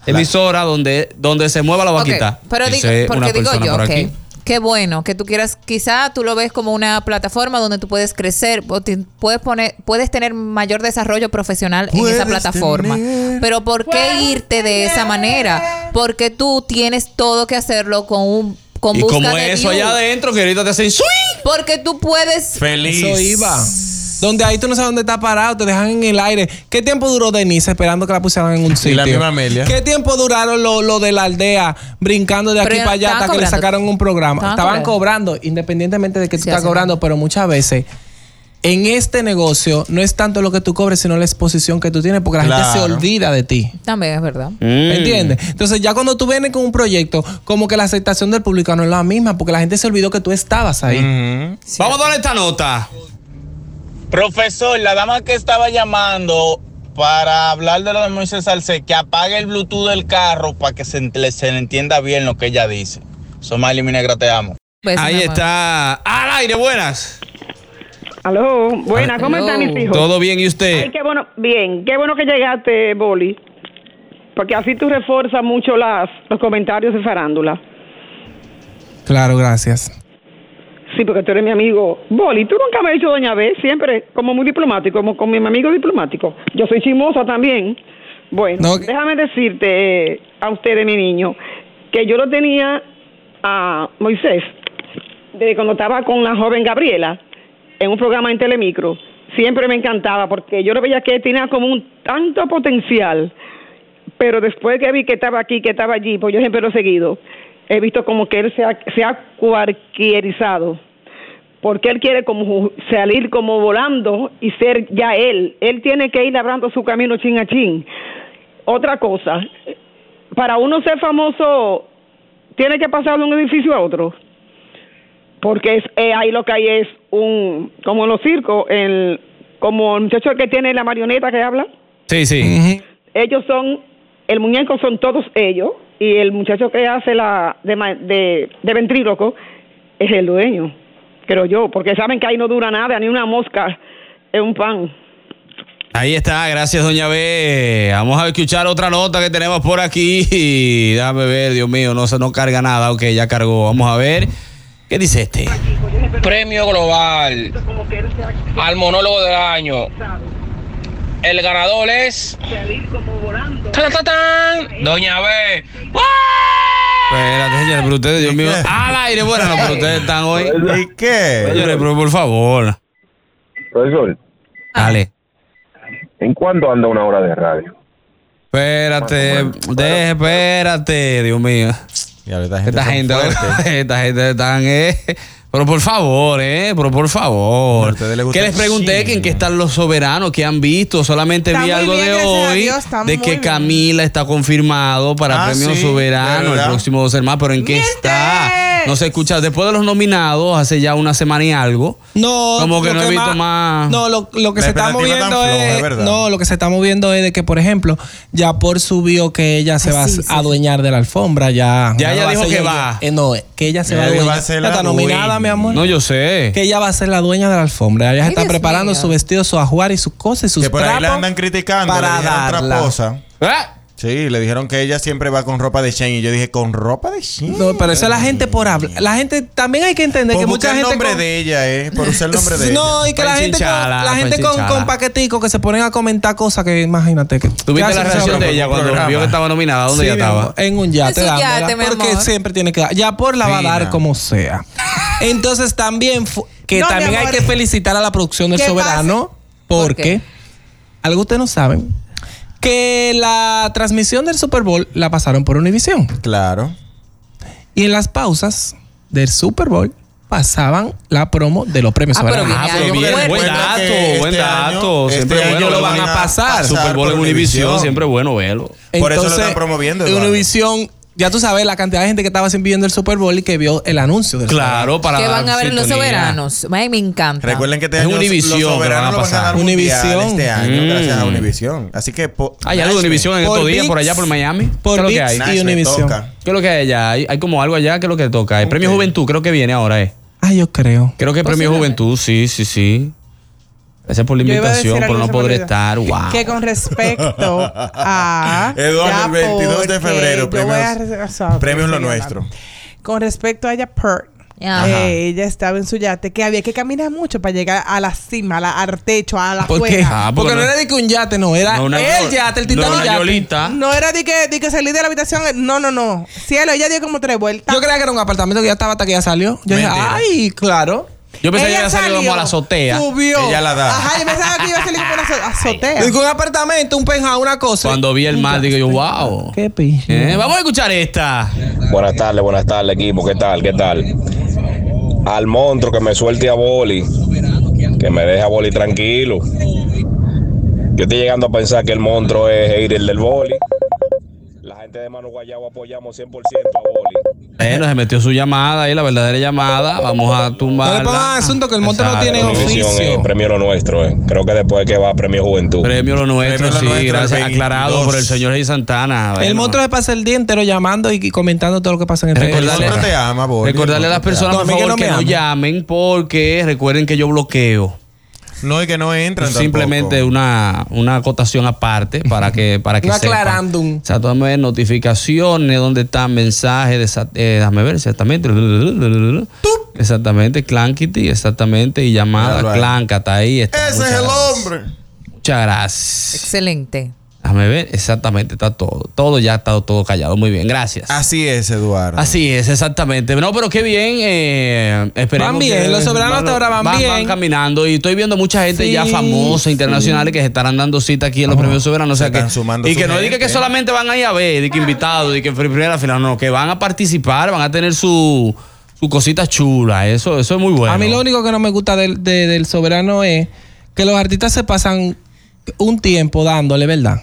[SPEAKER 4] Emisora donde, donde se mueva la
[SPEAKER 5] Ok,
[SPEAKER 4] vaquita.
[SPEAKER 5] Pero digo,
[SPEAKER 4] Dice
[SPEAKER 5] porque digo
[SPEAKER 4] persona
[SPEAKER 5] yo,
[SPEAKER 4] por
[SPEAKER 5] ok.
[SPEAKER 4] aquí.
[SPEAKER 5] Qué bueno que tú quieras, quizá tú lo ves como una plataforma donde tú puedes crecer, o te- puedes poner, puedes tener mayor desarrollo profesional en
[SPEAKER 6] Puedes
[SPEAKER 5] esa plataforma.
[SPEAKER 6] tener-
[SPEAKER 5] Pero ¿por qué irte de esa manera? Porque tú tienes todo que hacerlo con un con
[SPEAKER 4] Y
[SPEAKER 5] busca
[SPEAKER 4] como
[SPEAKER 5] de
[SPEAKER 4] eso
[SPEAKER 5] view.
[SPEAKER 4] allá adentro, que ahorita te hacen swing.
[SPEAKER 5] Porque tú puedes
[SPEAKER 6] Feliz.
[SPEAKER 12] Eso iba. Donde ahí tú no sabes dónde está parado, te dejan en el aire. ¿Qué tiempo duró Denise esperando que la pusieran en un sitio?
[SPEAKER 6] la misma Amelia.
[SPEAKER 12] ¿Qué tiempo duraron los lo de la aldea brincando de
[SPEAKER 5] Pero
[SPEAKER 12] aquí para allá
[SPEAKER 5] estaban
[SPEAKER 12] hasta que le
[SPEAKER 5] cobrando.
[SPEAKER 12] sacaron un programa?
[SPEAKER 5] Estaban
[SPEAKER 12] Estaban cobrando, independientemente de que tú
[SPEAKER 5] Sí,
[SPEAKER 12] estás
[SPEAKER 5] hacen-
[SPEAKER 12] cobrando, pero muchas veces en este negocio no es tanto lo que tú cobres, sino la exposición que tú tienes, porque la gente se
[SPEAKER 6] Claro.
[SPEAKER 12] olvida de ti.
[SPEAKER 5] también es verdad.
[SPEAKER 4] Mm.
[SPEAKER 12] ¿Me entiendes? Entonces, ya cuando tú vienes con un proyecto, como que la aceptación del público no es la misma, porque la gente se olvidó que tú estabas ahí.
[SPEAKER 6] Ujú.
[SPEAKER 4] Vamos a darle esta nota.
[SPEAKER 11] Profesor, la dama que estaba llamando para hablar de lo de Moisés Salce, que apague el Bluetooth del carro para que se, le- se le entienda bien lo que ella dice. Somali Minegra, te amo.
[SPEAKER 5] Beso,
[SPEAKER 4] Ahí
[SPEAKER 5] mi amor.
[SPEAKER 4] está. Al aire, buenas.
[SPEAKER 19] Aló, buenas, ¿cómo
[SPEAKER 5] Aló.
[SPEAKER 19] están mis hijos?
[SPEAKER 4] Todo bien, ¿y
[SPEAKER 19] Ay,
[SPEAKER 4] usted?
[SPEAKER 19] qué bueno, bien, qué bueno que llegaste, Boli, porque así tú refuerzas mucho las, los comentarios de farándula.
[SPEAKER 12] Claro, gracias.
[SPEAKER 19] Sí, porque tú eres mi amigo. Boli, tú nunca me has dicho Doña B, siempre como muy diplomático, como con mi amigo diplomático. Yo soy chimosa también. Bueno,
[SPEAKER 12] No, que-
[SPEAKER 19] déjame decirte eh, a ustedes, mi niño, que yo lo tenía a Moisés, desde cuando estaba con la joven Gabriela, en un programa en Telemicro, siempre me encantaba porque yo lo veía que tenía como un tanto potencial, pero después que vi que estaba aquí, que estaba allí, pues yo siempre lo he seguido, he visto como que él se ha, se ha cualquierizado, porque él quiere como ju- salir como volando y ser ya él, él tiene que ir labrando su camino chin a chin. Otra cosa, para uno ser famoso tiene que pasar de un edificio a otro porque es, eh, ahí lo que hay es un como en los circos el como el muchacho que tiene la marioneta que habla
[SPEAKER 4] Sí, sí.
[SPEAKER 19] ellos son el muñeco son todos ellos y el muchacho que hace la de ma- de, de ventríloco es el dueño creo yo porque saben que ahí no dura nada ni una mosca en un pan
[SPEAKER 4] Ahí está, gracias doña B. Vamos a escuchar otra nota que tenemos por aquí. Déjame ver, Dios mío, no se no carga nada. Ok, ya cargó. Vamos a ver. ¿Qué dice este?
[SPEAKER 20] Premio global al monólogo del año. El ganador es. ¡Tan, tan, tan! Doña B.
[SPEAKER 4] Espérate, señores, pero ustedes, Dios mío. Al aire, bueno, no, pero ustedes están hoy.
[SPEAKER 6] ¿Y qué?
[SPEAKER 4] Señores, pero por favor.
[SPEAKER 3] Profesor.
[SPEAKER 4] Dale.
[SPEAKER 3] ¿En cuánto anda una hora de radio?
[SPEAKER 4] Espérate, deje, espérate, Dios mío. esta gente, esta gente están, eh. Pero por favor, eh, pero por favor. que les pregunté que en qué están los soberanos que han visto. Solamente
[SPEAKER 8] Está
[SPEAKER 4] vi
[SPEAKER 8] muy
[SPEAKER 4] algo
[SPEAKER 8] bien,
[SPEAKER 4] de
[SPEAKER 8] gracias a
[SPEAKER 4] hoy
[SPEAKER 8] Dios, está
[SPEAKER 4] de
[SPEAKER 8] muy
[SPEAKER 4] que
[SPEAKER 8] bien.
[SPEAKER 4] Camila está confirmado para
[SPEAKER 8] Ah,
[SPEAKER 4] premio
[SPEAKER 8] sí,
[SPEAKER 4] soberano el
[SPEAKER 8] ¿verdad?
[SPEAKER 4] próximo 12 de marzo. Pero en qué
[SPEAKER 12] Ah,
[SPEAKER 4] está. No se escucha. Después de los nominados, hace ya una semana y algo.
[SPEAKER 12] No,
[SPEAKER 4] Como que
[SPEAKER 12] lo
[SPEAKER 4] no he visto más.
[SPEAKER 12] No, lo, lo que
[SPEAKER 4] La
[SPEAKER 12] se está
[SPEAKER 4] expectativa
[SPEAKER 12] moviendo
[SPEAKER 4] tan floja,
[SPEAKER 12] es.
[SPEAKER 4] ¿verdad?
[SPEAKER 12] no, lo que se está moviendo es de que, por ejemplo, ya por subió que ella se
[SPEAKER 4] Ah,
[SPEAKER 12] va a
[SPEAKER 4] sí, sí.
[SPEAKER 12] adueñar de la alfombra. Ya,
[SPEAKER 4] Ya ella
[SPEAKER 12] no
[SPEAKER 4] dijo
[SPEAKER 12] a ser
[SPEAKER 4] que
[SPEAKER 12] yo-
[SPEAKER 4] va.
[SPEAKER 12] eh, no, que ella se va a adueñar. Ya está nominada, mi amor.
[SPEAKER 4] No, yo sé.
[SPEAKER 12] Que ella va a ser la dueña de la alfombra. Ella
[SPEAKER 6] Ay,
[SPEAKER 12] se está
[SPEAKER 6] Dios
[SPEAKER 12] preparando
[SPEAKER 6] mío.
[SPEAKER 12] su vestido, su ajuar y sus cosas y sus
[SPEAKER 6] Que por ahí la
[SPEAKER 12] trapos.
[SPEAKER 6] andan criticando.
[SPEAKER 12] para
[SPEAKER 6] le dijeron
[SPEAKER 12] darla.
[SPEAKER 6] traposa.
[SPEAKER 4] ¿Eh?
[SPEAKER 6] Sí, le dijeron que ella siempre va con ropa de Shane. Y yo dije, ¿con ropa de Shane?
[SPEAKER 12] No, pero eso es la gente por hablar. La gente también hay que entender
[SPEAKER 6] Por
[SPEAKER 12] que mucha
[SPEAKER 6] buscar el
[SPEAKER 12] gente.
[SPEAKER 6] nombre
[SPEAKER 12] con-
[SPEAKER 6] de ella, ¿eh? Por usar el nombre de ella.
[SPEAKER 12] No, y que la
[SPEAKER 6] Para
[SPEAKER 12] gente, con,
[SPEAKER 6] enchincharla,
[SPEAKER 12] la
[SPEAKER 6] para
[SPEAKER 12] gente con,
[SPEAKER 6] enchincharla.
[SPEAKER 12] con paqueticos que se ponen a comentar cosas que imagínate que.
[SPEAKER 4] ¿Tuviste
[SPEAKER 12] ¿Qué
[SPEAKER 4] la
[SPEAKER 12] hace esa
[SPEAKER 4] reacción
[SPEAKER 12] broma?
[SPEAKER 4] de ella cuando
[SPEAKER 12] Programa.
[SPEAKER 4] vio que estaba nominada? ¿Dónde
[SPEAKER 12] Sí,
[SPEAKER 4] ella
[SPEAKER 12] mi
[SPEAKER 4] estaba?
[SPEAKER 12] amor, En un yate,
[SPEAKER 4] En su
[SPEAKER 12] dándola,
[SPEAKER 4] yate, mi
[SPEAKER 12] porque
[SPEAKER 4] amor.
[SPEAKER 12] siempre tiene que dar. Ya por la va a dar
[SPEAKER 4] Fina.
[SPEAKER 12] como sea. Entonces también fu- que
[SPEAKER 4] No, mi
[SPEAKER 12] también hay
[SPEAKER 4] amor.
[SPEAKER 12] que felicitar a la producción del
[SPEAKER 4] ¿Qué
[SPEAKER 12] Soberano porque algo ustedes no saben que la transmisión del Super Bowl la pasaron por Univisión.
[SPEAKER 6] Claro.
[SPEAKER 12] Y en las pausas del Super Bowl pasaban la promo de los premios
[SPEAKER 4] Ah, pero
[SPEAKER 12] soberanos.
[SPEAKER 4] bien, Ah, pero bien, buen
[SPEAKER 12] Recuerda
[SPEAKER 4] dato,
[SPEAKER 12] que
[SPEAKER 4] buen
[SPEAKER 12] este
[SPEAKER 4] dato.
[SPEAKER 12] año-
[SPEAKER 4] siempre
[SPEAKER 12] este
[SPEAKER 4] bueno
[SPEAKER 12] año lo van a pasar.
[SPEAKER 4] Super Bowl en
[SPEAKER 12] por
[SPEAKER 4] Univisión,
[SPEAKER 12] Univisión.
[SPEAKER 4] siempre bueno verlo.
[SPEAKER 12] Entonces, Univision, ya tú sabes la cantidad de gente que estaba sin viendo el Super Bowl y que vio el anuncio del
[SPEAKER 4] Claro, para
[SPEAKER 5] que
[SPEAKER 4] dar
[SPEAKER 5] van a ver los
[SPEAKER 4] sintonía.
[SPEAKER 5] soberanos. Ay, me encanta.
[SPEAKER 6] Recuerden que este
[SPEAKER 4] Es
[SPEAKER 6] año
[SPEAKER 4] Univision
[SPEAKER 6] los
[SPEAKER 4] que lo van a
[SPEAKER 6] soberanos lo van a
[SPEAKER 4] pasar.
[SPEAKER 6] dar mundial
[SPEAKER 4] Univision.
[SPEAKER 6] este año,
[SPEAKER 4] Mm.
[SPEAKER 6] gracias a Univision. Así que... po-
[SPEAKER 4] Hay algo de Univisión en
[SPEAKER 6] Nashville.
[SPEAKER 4] estos días, por allá, por Miami. ¿Qué es lo que hay?
[SPEAKER 6] Nashville toca.
[SPEAKER 4] ¿Qué es lo que hay allá? Hay, hay como algo allá que es lo que toca. El premio Juventud creo que viene ahora, eh.
[SPEAKER 12] Ah, yo creo.
[SPEAKER 4] Creo que el premio Juventud, sí, sí, sí. Gracias por la
[SPEAKER 8] Yo iba a decir
[SPEAKER 4] invitación,
[SPEAKER 8] algo
[SPEAKER 4] por
[SPEAKER 8] y se
[SPEAKER 4] no
[SPEAKER 8] me
[SPEAKER 4] poder
[SPEAKER 8] olvidó.
[SPEAKER 4] estar. Wow.
[SPEAKER 8] Que con respecto a.
[SPEAKER 6] Eduardo,
[SPEAKER 8] ya
[SPEAKER 6] el 22 de
[SPEAKER 8] porque
[SPEAKER 6] febrero,
[SPEAKER 8] yo voy a
[SPEAKER 6] premios-
[SPEAKER 8] re- o sea,
[SPEAKER 6] Premios lo
[SPEAKER 8] sería
[SPEAKER 6] nuestro.
[SPEAKER 8] Con respecto a ella, Pearl,
[SPEAKER 6] Ajá.
[SPEAKER 8] eh, ella estaba en su yate, que había que caminar mucho para llegar a la cima, a la, al techo, a la
[SPEAKER 12] ¿Por qué?
[SPEAKER 8] juega.
[SPEAKER 12] Ah, porque Porque no no- era de que un yate, no, era No, una- el yate, el no, Titanic una yate. yolita.
[SPEAKER 8] No era de que, de que salir de la habitación, no, no, no. Cielo, ella dio como tres vueltas.
[SPEAKER 12] Yo creía que era un apartamento que ya estaba hasta que ya salió. Yo dije,
[SPEAKER 4] Mentira.
[SPEAKER 12] ay, claro.
[SPEAKER 4] Yo pensé que ella salió como a la azotea.
[SPEAKER 12] Subió.
[SPEAKER 4] Ella la da.
[SPEAKER 8] Ajá, yo pensaba que iba a salir como una azo- azotea.
[SPEAKER 12] Y con un apartamento, un penthouse, una cosa.
[SPEAKER 4] Cuando vi el mar, digo yo, wow.
[SPEAKER 12] Qué pi.
[SPEAKER 4] Eh, Vamos a escuchar esta.
[SPEAKER 21] Buenas tardes, buenas tardes, equipo. ¿Qué tal? ¿Qué tal? Al monstruo que me suelte a Boli. Que me deje a Boli tranquilo. Yo estoy llegando a pensar que el monstruo es hater del Boli. La gente de Manu Guayabo apoyamos 100% a Boli.
[SPEAKER 4] Bueno, se metió su llamada ahí, la verdadera llamada. Vamos a tumbarla.
[SPEAKER 12] asunto que el
[SPEAKER 4] monte no tiene
[SPEAKER 21] Univisión
[SPEAKER 4] oficio.
[SPEAKER 21] es premio lo nuestro. eh. Creo que después que va premio Juventud.
[SPEAKER 4] Premio lo nuestro, sí, gracias.
[SPEAKER 21] 22.
[SPEAKER 4] Aclarado por el señor Rey Santana.
[SPEAKER 12] El monstruo se pasa el día entero llamando y comentando todo lo que pasa en el
[SPEAKER 4] Recordarle,
[SPEAKER 12] televisor.
[SPEAKER 4] recordarle a las personas,
[SPEAKER 12] No,
[SPEAKER 4] por
[SPEAKER 12] mí que
[SPEAKER 4] favor,
[SPEAKER 12] no
[SPEAKER 4] que
[SPEAKER 12] me
[SPEAKER 4] no
[SPEAKER 12] ama.
[SPEAKER 4] llamen porque recuerden que yo bloqueo.
[SPEAKER 6] No, y que no entran
[SPEAKER 4] Simplemente una, una acotación aparte para que para que
[SPEAKER 12] Un
[SPEAKER 4] sepan.
[SPEAKER 12] aclarándum.
[SPEAKER 4] O sea, tú dame notificaciones, dónde están mensajes, de esa- eh, déjame ver exactamente. Exactamente, Clankity, exactamente, y llamada
[SPEAKER 6] Míralo ahí.
[SPEAKER 4] Clanca, está ahí. está.
[SPEAKER 6] Ese
[SPEAKER 4] Muchas
[SPEAKER 6] es el
[SPEAKER 4] gracias.
[SPEAKER 6] hombre.
[SPEAKER 4] Muchas gracias.
[SPEAKER 5] Excelente.
[SPEAKER 4] Déjame ver, exactamente, está todo. Todo ya está todo callado. Muy bien, gracias.
[SPEAKER 6] Así es, Eduardo.
[SPEAKER 4] Así es, exactamente. No, pero qué bien. eh, esperemos
[SPEAKER 12] Van bien,
[SPEAKER 4] que-
[SPEAKER 12] los soberanos hasta ahora van
[SPEAKER 4] Van
[SPEAKER 12] bien.
[SPEAKER 4] caminando y estoy viendo mucha gente
[SPEAKER 12] Sí,
[SPEAKER 4] ya famosa, internacionales, que se estarán dando cita aquí en los premios soberanos. O sea que, y
[SPEAKER 6] su
[SPEAKER 4] que no
[SPEAKER 6] gente.
[SPEAKER 4] diga que solamente van a ir a ver, de que invitados, de que en primera final, no, que van a participar, van a tener su, su cosita chula. Eso, eso es muy bueno.
[SPEAKER 12] A mí lo único que no me gusta del, de- del soberano es que los artistas se pasan un tiempo dándole, ¿verdad?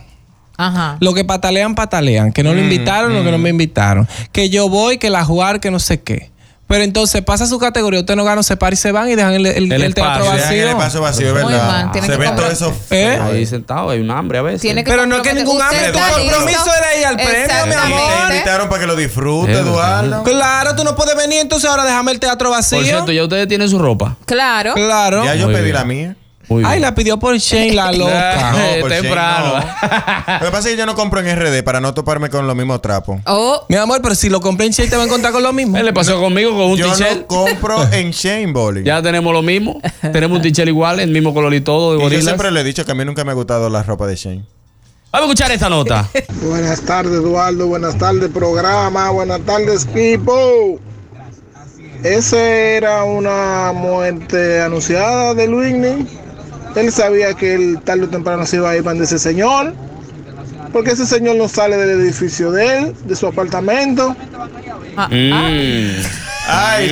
[SPEAKER 5] Ajá.
[SPEAKER 12] Lo que patalean, patalean. Que no lo
[SPEAKER 5] Mm,
[SPEAKER 12] invitaron, lo que no me invitaron. Que yo voy, que la jugar, que no sé qué. Pero entonces pasa su categoría, usted no gana, se para y se van y dejan el, el- el teatro
[SPEAKER 6] Dejan
[SPEAKER 12] vacío.
[SPEAKER 6] el espacio vacío, es verdad.
[SPEAKER 12] mal, tienen
[SPEAKER 6] Se
[SPEAKER 12] que
[SPEAKER 6] ve todo
[SPEAKER 12] comprar-
[SPEAKER 6] eso.
[SPEAKER 12] ¿Eh?
[SPEAKER 4] Ahí sentado, hay un hambre a veces.
[SPEAKER 5] Tiene que
[SPEAKER 12] Pero no es que
[SPEAKER 5] comprometer-
[SPEAKER 12] ningún
[SPEAKER 5] usted
[SPEAKER 12] hambre, tu
[SPEAKER 5] está listo.
[SPEAKER 12] compromiso era ir al premio, mi
[SPEAKER 4] Eh,
[SPEAKER 6] Y te
[SPEAKER 12] amor.
[SPEAKER 6] invitaron para que lo disfrute,
[SPEAKER 4] Es verdad.
[SPEAKER 6] Eduardo.
[SPEAKER 12] Claro, tú no puedes venir, entonces ahora déjame el teatro vacío.
[SPEAKER 4] Por cierto, ya ustedes tienen su ropa.
[SPEAKER 5] Claro.
[SPEAKER 12] Claro.
[SPEAKER 6] Ya yo
[SPEAKER 4] Muy
[SPEAKER 6] pedí
[SPEAKER 4] bien.
[SPEAKER 6] la mía.
[SPEAKER 4] Muy bien.
[SPEAKER 12] Ay, la pidió por Shane, la loca.
[SPEAKER 4] Eh,
[SPEAKER 6] No, por temprano. Lo que pasa es que yo no compro en RD para no toparme con los mismos trapos.
[SPEAKER 5] Oh.
[SPEAKER 12] Mi amor, pero si lo compré en Shane, te va a encontrar con lo mismo.
[SPEAKER 4] Él le pasó conmigo con un
[SPEAKER 6] Yo
[SPEAKER 4] t-shirt.
[SPEAKER 6] no compro en Shane Bowling.
[SPEAKER 4] Ya tenemos lo mismo. tenemos un t-shirt igual, el mismo color y todo, de
[SPEAKER 6] Y yo
[SPEAKER 4] gorilas.
[SPEAKER 6] siempre le he dicho que a mí nunca me ha gustado la ropa de Shane.
[SPEAKER 4] Vamos a escuchar esta nota.
[SPEAKER 22] Buenas tardes, Eduardo. Buenas tardes, programa. Buenas tardes, equipo. Esa era una muerte anunciada de Luigny. Él sabía que él tarde o temprano se iba a ir de ese señor. Porque ese señor no sale del edificio de él, de su apartamento.
[SPEAKER 4] Ah, Mm.
[SPEAKER 6] Ay,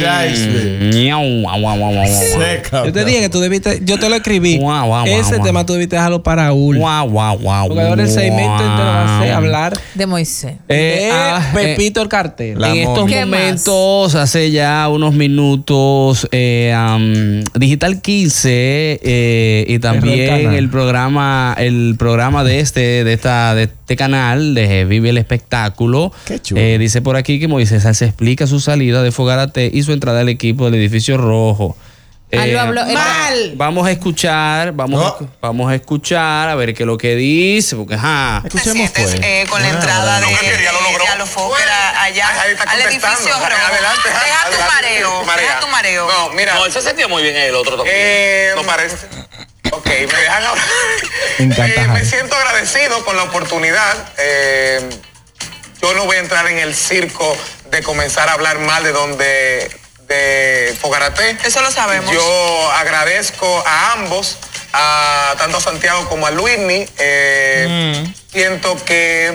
[SPEAKER 12] Eh, Yo te dije que tú debiste, yo te lo escribí.
[SPEAKER 4] guau,
[SPEAKER 12] Ese
[SPEAKER 4] guau.
[SPEAKER 12] tema tú debiste dejarlo para Ul.
[SPEAKER 4] Guau, guau, guau.
[SPEAKER 12] Porque ahora el segmento te lo va a hacer hablar
[SPEAKER 5] De Moisés.
[SPEAKER 12] de
[SPEAKER 4] ah,
[SPEAKER 12] Pepito el cartel.
[SPEAKER 4] en estos
[SPEAKER 12] ¿Qué más?
[SPEAKER 4] momentos, hace ya unos minutos, eh, am, Digital 15 eh, y
[SPEAKER 12] Cerró el
[SPEAKER 4] también
[SPEAKER 12] canal.
[SPEAKER 4] el programa, el programa de este, de esta, de este canal, de Vive el Espectáculo. eh, dice por aquí que Moisés se explica su salida de Fogarate y su entrada al equipo del edificio rojo.
[SPEAKER 5] Ah,
[SPEAKER 4] Eh,
[SPEAKER 5] lo habló- era-
[SPEAKER 4] Vamos a escuchar, vamos, a, escu- vamos a escuchar a ver qué es lo que dice, porque ajá. Escuchemos pues.
[SPEAKER 23] eh, con la entrada de, de a los Fokker a- allá al edificio rojo. Deja tu mareo, deja tu mareo.
[SPEAKER 20] No, mira. Eh, No, él se sentía muy bien el otro también. no parece.
[SPEAKER 23] Ok, me dejan hablar.
[SPEAKER 12] Me encanta,
[SPEAKER 23] Eh, me
[SPEAKER 12] Javi.
[SPEAKER 23] siento agradecido con la oportunidad. Eh, yo no voy a entrar en el circo de comenzar a hablar mal de donde de Fogarate. Eso lo sabemos. Yo agradezco a ambos, a tanto a Santiago como a Luismi. Eh, Siento que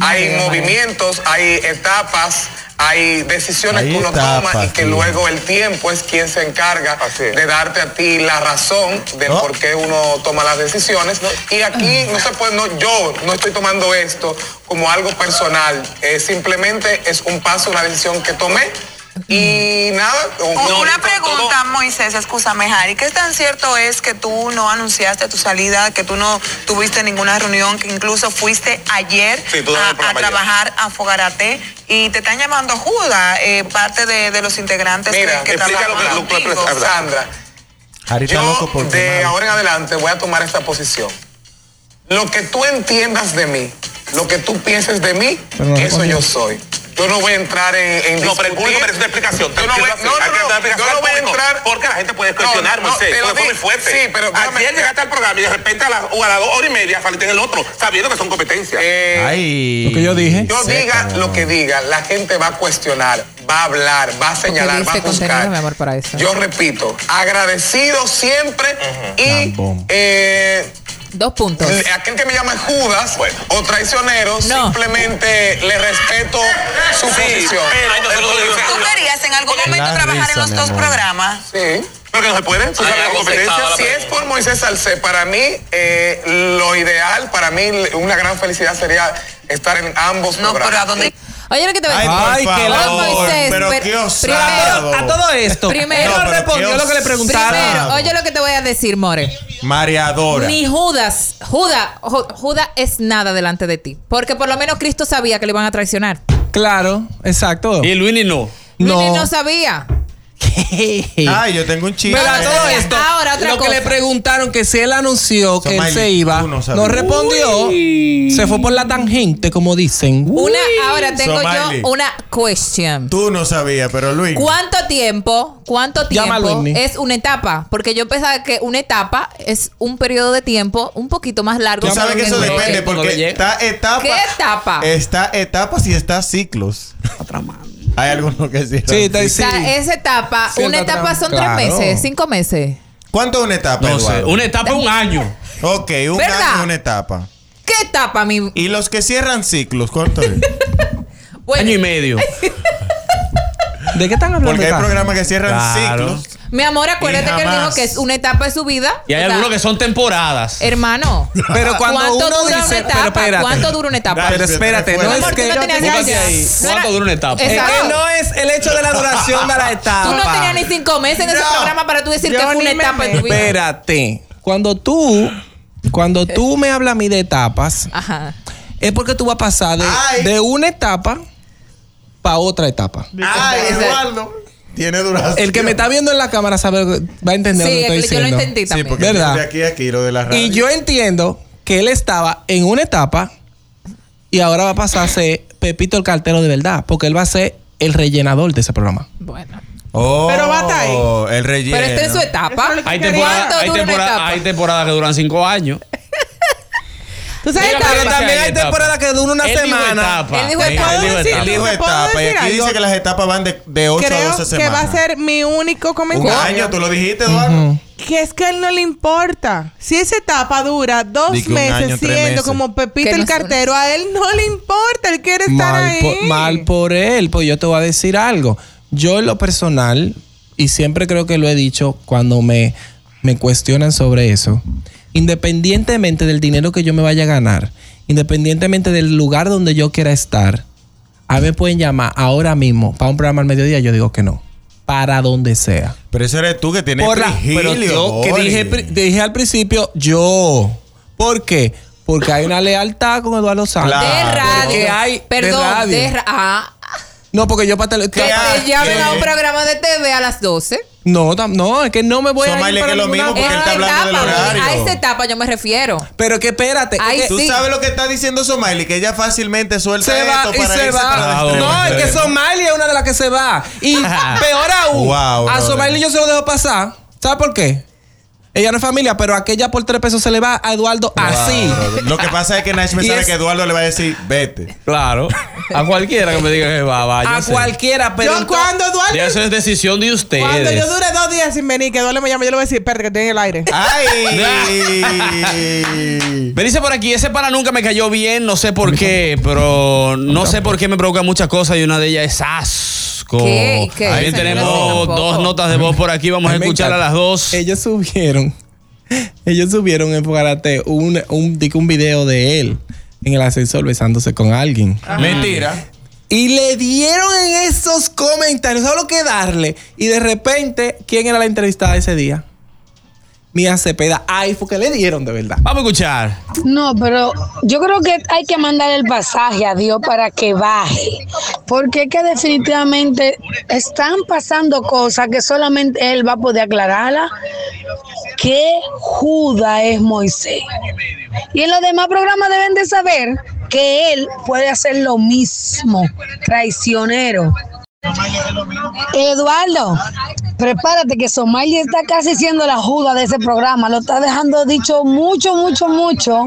[SPEAKER 23] hay
[SPEAKER 24] Vale, vale.
[SPEAKER 23] movimientos, hay etapas, hay decisiones
[SPEAKER 24] Hay
[SPEAKER 23] que uno toma y
[SPEAKER 24] etapas,
[SPEAKER 23] que
[SPEAKER 24] sí.
[SPEAKER 23] luego el tiempo es quien se encarga de darte a ti la razón de por qué uno toma las decisiones. Y aquí no se puede, no, yo no estoy tomando esto como algo personal. Eh, simplemente es un paso, una decisión que tomé. Y nada,
[SPEAKER 24] U- Una pregunta, Moisés, escúchame, Jari. ¿Qué tan cierto es que tú no anunciaste tu salida, que tú no tuviste ninguna reunión, que incluso fuiste ayer
[SPEAKER 23] Sí, tú
[SPEAKER 24] a,
[SPEAKER 23] en el programa
[SPEAKER 24] a trabajar a Fogarate y te están llamando Judas, eh, parte de, de los integrantes que-
[SPEAKER 23] Mira,
[SPEAKER 24] que,
[SPEAKER 23] explica lo que-
[SPEAKER 24] trabajan
[SPEAKER 23] lo que-
[SPEAKER 24] contigo?
[SPEAKER 23] Sandra. Yo, de ahora en adelante voy a tomar esta posición. Lo que tú entiendas de mí, lo que tú pienses de mí,
[SPEAKER 24] Pero no
[SPEAKER 23] eso
[SPEAKER 24] respondió.
[SPEAKER 23] yo soy. Yo no voy a entrar en, en
[SPEAKER 9] No, pero el público merece una explicación.
[SPEAKER 23] Yo no voy, no, no, no, yo no voy a entrar...
[SPEAKER 9] Porque la gente puede
[SPEAKER 23] No,
[SPEAKER 9] cuestionar,
[SPEAKER 23] no, no,
[SPEAKER 9] Moisés.
[SPEAKER 23] te lo
[SPEAKER 9] porque fue
[SPEAKER 23] di-
[SPEAKER 9] muy fuerte.
[SPEAKER 23] sí, pero déjame-
[SPEAKER 9] Ayer llegaste al programa y de repente a las, o a las dos horas y media saliste en el otro, sabiendo que son competencias.
[SPEAKER 6] Ay.
[SPEAKER 12] Lo que yo dije.
[SPEAKER 23] Eh, Yo diga lo que diga, la gente va a cuestionar, va a hablar, va a señalar, va a
[SPEAKER 5] Porque viste contenido,
[SPEAKER 23] buscar.
[SPEAKER 5] mi amor, para eso.
[SPEAKER 23] Yo repito, agradecido siempre y eh,
[SPEAKER 5] Dos puntos.
[SPEAKER 23] Aquel que me llama Judas o traicionero, simplemente le respeto su posición.
[SPEAKER 24] ¿Tú querías en algún momento
[SPEAKER 23] La
[SPEAKER 24] trabajar
[SPEAKER 23] risa,
[SPEAKER 24] en los
[SPEAKER 23] mi
[SPEAKER 24] dos
[SPEAKER 23] amor.
[SPEAKER 24] programas?
[SPEAKER 23] Sí. Pero que no se puede.
[SPEAKER 24] Ah, ya, contestaba la
[SPEAKER 23] Si es por Moisés Salcé, para mí eh, lo ideal, para mí una gran felicidad sería estar en ambos
[SPEAKER 24] No, pero
[SPEAKER 23] programas.
[SPEAKER 24] ¿a dónde?
[SPEAKER 5] Oye, lo que te voy a decir.
[SPEAKER 23] Ay, por
[SPEAKER 5] Ay,
[SPEAKER 23] favor,
[SPEAKER 5] Moisés,
[SPEAKER 23] pero qué
[SPEAKER 5] primero-
[SPEAKER 6] osado.
[SPEAKER 12] A todo esto,
[SPEAKER 5] Primero,
[SPEAKER 12] él no respondió lo que le preguntaron.
[SPEAKER 5] Primero, oye lo que te voy a decir, More.
[SPEAKER 6] Mareadora.
[SPEAKER 5] Ni Judas, Judas, Ju- Judas es nada delante de ti. Porque por lo menos Cristo sabía que le iban a traicionar.
[SPEAKER 12] Claro, exacto.
[SPEAKER 4] Y Luini no.
[SPEAKER 5] No. no sabía.
[SPEAKER 6] Ay, yo tengo un chiste.
[SPEAKER 12] Pero a todo esto,
[SPEAKER 5] Ahora, otra
[SPEAKER 12] lo
[SPEAKER 5] cosa.
[SPEAKER 12] que le preguntaron que si él anunció que él
[SPEAKER 6] Somali,
[SPEAKER 12] se iba,
[SPEAKER 6] tú no
[SPEAKER 12] no,
[SPEAKER 6] sabes.
[SPEAKER 12] respondió, se fue por la tangente, como dicen.
[SPEAKER 5] Una, ahora tengo
[SPEAKER 6] Somali.
[SPEAKER 5] yo una question.
[SPEAKER 6] Tú no sabías, pero Luis.
[SPEAKER 5] ¿Cuánto tiempo? ¿Cuánto
[SPEAKER 6] Llama a
[SPEAKER 5] tiempo
[SPEAKER 6] Luismi.
[SPEAKER 5] es una etapa? Porque yo pensaba que una etapa es un periodo de tiempo un poquito más largo.
[SPEAKER 6] Tú sabes que eso depende porque está etapa.
[SPEAKER 5] ¿Qué etapa?
[SPEAKER 6] Está etapas y está ciclos. Hay algunos que sí.
[SPEAKER 12] Sí, está-
[SPEAKER 5] O sea, esa etapa,
[SPEAKER 6] Sí,
[SPEAKER 5] una
[SPEAKER 6] está
[SPEAKER 5] etapa
[SPEAKER 6] atrás.
[SPEAKER 5] son
[SPEAKER 6] Claro.
[SPEAKER 5] tres meses, cinco meses.
[SPEAKER 6] ¿Cuánto es una etapa?
[SPEAKER 4] No sé, una etapa, un
[SPEAKER 6] año. Ok, un
[SPEAKER 5] ¿Verdad?
[SPEAKER 6] año, una etapa.
[SPEAKER 5] ¿Qué etapa, mi?
[SPEAKER 6] Y los que cierran ciclos, ¿cuánto es?
[SPEAKER 5] Bueno. Año y
[SPEAKER 4] medio.
[SPEAKER 12] ¿De qué están hablando?
[SPEAKER 6] Porque hay
[SPEAKER 12] tanto?
[SPEAKER 6] programas que cierran ciclos.
[SPEAKER 5] Mi amor, acuérdate
[SPEAKER 4] Y
[SPEAKER 5] que él
[SPEAKER 4] jamás.
[SPEAKER 5] dijo que es una etapa de su vida.
[SPEAKER 4] Y hay
[SPEAKER 5] O sea,
[SPEAKER 4] algunos que son temporadas.
[SPEAKER 5] Hermano,
[SPEAKER 4] Pero cuando
[SPEAKER 5] ¿cuánto
[SPEAKER 4] uno
[SPEAKER 5] dura una
[SPEAKER 4] dice- pero
[SPEAKER 5] etapa?
[SPEAKER 4] espérate.
[SPEAKER 5] ¿Cuánto dura una etapa?
[SPEAKER 4] Dale, Pero espérate,
[SPEAKER 5] Mi
[SPEAKER 4] no
[SPEAKER 5] amor,
[SPEAKER 4] es
[SPEAKER 5] tú
[SPEAKER 4] que-
[SPEAKER 5] no tenías
[SPEAKER 4] Búscate
[SPEAKER 5] ni-
[SPEAKER 4] ahí.
[SPEAKER 5] No
[SPEAKER 4] ¿Cuánto
[SPEAKER 5] era-
[SPEAKER 4] dura una etapa?
[SPEAKER 12] Es
[SPEAKER 5] Exacto.
[SPEAKER 12] que no es el hecho de la duración de la etapa.
[SPEAKER 5] Tú no tenías ni cinco meses en ese programa para tú decir que fue una etapa en tu vida.
[SPEAKER 12] Espérate. Cuando tú, cuando tú me hablas a mí de etapas,
[SPEAKER 5] Ajá.
[SPEAKER 12] es porque tú vas a pasar de, de una etapa para otra etapa.
[SPEAKER 6] Ay, Eduardo. Tiene duración.
[SPEAKER 12] El que me está viendo en la cámara sabe, va a entender
[SPEAKER 6] Sí,
[SPEAKER 12] lo que estoy
[SPEAKER 6] el que yo lo
[SPEAKER 12] diciendo.
[SPEAKER 6] entendí Sí, también. porque de
[SPEAKER 12] ¿Verdad?
[SPEAKER 6] aquí a aquí lo de la radio.
[SPEAKER 12] Y yo entiendo que él estaba en una etapa y ahora va a pasar a ser Pepito el cartero de verdad, porque él va a ser el rellenador de ese programa.
[SPEAKER 6] Oh,
[SPEAKER 12] Pero bata
[SPEAKER 6] ahí. El relleno.
[SPEAKER 5] Pero está en su etapa.
[SPEAKER 4] Hay
[SPEAKER 5] ¿Cuánto
[SPEAKER 4] temporadas hay
[SPEAKER 5] dura una
[SPEAKER 4] temporada-
[SPEAKER 5] etapa?
[SPEAKER 4] hay temporadas que duran cinco años.
[SPEAKER 5] ¿Tú sabes
[SPEAKER 4] Mira,
[SPEAKER 5] que-
[SPEAKER 4] pero también hay temporadas que duran una
[SPEAKER 6] Él dijo
[SPEAKER 4] semana.
[SPEAKER 6] etapa.
[SPEAKER 4] Él dijo etapa.
[SPEAKER 6] Venga,
[SPEAKER 4] ¿Puedo
[SPEAKER 6] él dijo
[SPEAKER 4] decir algo?
[SPEAKER 6] etapa. Él dijo
[SPEAKER 4] ¿Puedo
[SPEAKER 6] etapa. Y
[SPEAKER 4] decir
[SPEAKER 6] aquí dice
[SPEAKER 4] algo?
[SPEAKER 6] que las etapas van de, de 8 a
[SPEAKER 8] Creo
[SPEAKER 6] 12
[SPEAKER 8] que va
[SPEAKER 6] semanas.
[SPEAKER 8] a ser mi único
[SPEAKER 6] Un
[SPEAKER 8] comentario.
[SPEAKER 6] año, tú lo dijiste, Eduardo.
[SPEAKER 8] Que es que a él no le importa. Si esa etapa dura dos
[SPEAKER 6] Di que un
[SPEAKER 8] meses
[SPEAKER 6] año, tres
[SPEAKER 8] siendo
[SPEAKER 6] meses.
[SPEAKER 8] como Pepito
[SPEAKER 6] Que
[SPEAKER 8] el
[SPEAKER 6] no son-
[SPEAKER 8] cartero, a él no le importa. Él quiere estar
[SPEAKER 12] Mal
[SPEAKER 8] ahí.
[SPEAKER 12] por, mal por él, pues yo te voy a decir algo. Yo en lo personal, y siempre creo que lo he dicho cuando me, me cuestionan sobre eso, independientemente del dinero que yo me vaya a ganar, independientemente del lugar donde yo quiera estar, a mí me pueden llamar ahora mismo para un programa al mediodía, yo digo que no, para donde sea.
[SPEAKER 6] Pero eso eres tú que tienes
[SPEAKER 12] Por la- pero yo que dije, pri- dije al principio, yo. ¿Por qué? Porque hay una lealtad con Eduardo Santos.
[SPEAKER 4] Ah,
[SPEAKER 5] De radio.
[SPEAKER 12] Que hay
[SPEAKER 5] Perdón,
[SPEAKER 12] de radio.
[SPEAKER 5] de ra- ah,
[SPEAKER 12] No, porque yo para tele-
[SPEAKER 5] que te llamen a un programa de TV a las 12.
[SPEAKER 12] No, tam- no, es que no me voy a ir
[SPEAKER 6] Somalia,
[SPEAKER 12] para
[SPEAKER 6] que es lo
[SPEAKER 12] ninguna-
[SPEAKER 6] mismo, porque él está hablando del horario.
[SPEAKER 5] A esa etapa yo me refiero.
[SPEAKER 12] Pero que espérate.
[SPEAKER 5] Ay,
[SPEAKER 6] Tú
[SPEAKER 5] sí.
[SPEAKER 6] sabes lo que está diciendo Somaili, que ella fácilmente suelta
[SPEAKER 12] Se va
[SPEAKER 6] esto
[SPEAKER 12] y
[SPEAKER 6] para
[SPEAKER 12] se
[SPEAKER 6] irse para la
[SPEAKER 12] va.
[SPEAKER 6] extrema.
[SPEAKER 12] No, es que Somalia es una de las que se va. Y peor aún,
[SPEAKER 6] Wow,
[SPEAKER 12] a
[SPEAKER 6] brother.
[SPEAKER 12] Somalia yo se lo dejo pasar. ¿Sabes por qué? Ella no es familia, pero aquella por tres pesos se le va a Eduardo así.
[SPEAKER 6] Claro, Lo que pasa es que Nash me
[SPEAKER 12] Y
[SPEAKER 6] sabe
[SPEAKER 12] es-
[SPEAKER 6] que Eduardo le va a decir, vete.
[SPEAKER 4] Claro. A cualquiera que me diga que va,
[SPEAKER 6] Ah,
[SPEAKER 4] vaya.
[SPEAKER 12] A cualquiera, pero.
[SPEAKER 8] Yo cuando Eduardo,
[SPEAKER 4] Ya eso es decisión de ustedes.
[SPEAKER 8] cuando yo dure dos días sin venir, que Eduardo me llama, yo le voy a decir, espérate, que estoy en el aire.
[SPEAKER 4] Me dice por aquí, ese pana nunca me cayó bien, no sé por qué, pero no sé por qué me provoca muchas cosas y una de ellas es asco.
[SPEAKER 12] ¿Qué? ¿Qué?
[SPEAKER 4] Ahí
[SPEAKER 12] Esa no
[SPEAKER 4] tenemos
[SPEAKER 12] la sé tampoco.
[SPEAKER 4] dos notas de voz por aquí, vamos a
[SPEAKER 12] me
[SPEAKER 4] escuchar a
[SPEAKER 12] encanta.
[SPEAKER 4] las dos.
[SPEAKER 12] Ellos subieron. Ellos subieron en Fogarate un, un, di que un video de él en el ascensor besándose con alguien.
[SPEAKER 6] Mentira.
[SPEAKER 12] Y le dieron en esos comentarios, solo que darle. Y de repente, ¿quién era la entrevistada ese día? Mía Cepeda. Ay, fue que le dieron de verdad.
[SPEAKER 4] Vamos a escuchar.
[SPEAKER 25] No, pero yo creo que hay que mandar el pasaje a Dios para que baje, porque es que definitivamente están pasando cosas que solamente Él va a poder aclararla. ¿Qué Judas es Moisés? Y en los demás programas deben de saber que Él puede hacer lo mismo, traicionero. Eduardo, prepárate que Somalia está casi siendo la juda de ese programa. Lo está dejando dicho mucho, mucho, mucho.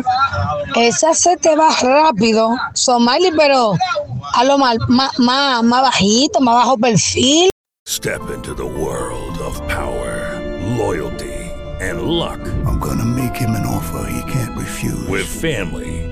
[SPEAKER 25] Esa se te va rápido, Somalia, pero a lo mal, más, más, más bajito, más bajo perfil.
[SPEAKER 26] Step into the world of power, loyalty, and luck. I'm gonna make him an offer he can't refuse. With family,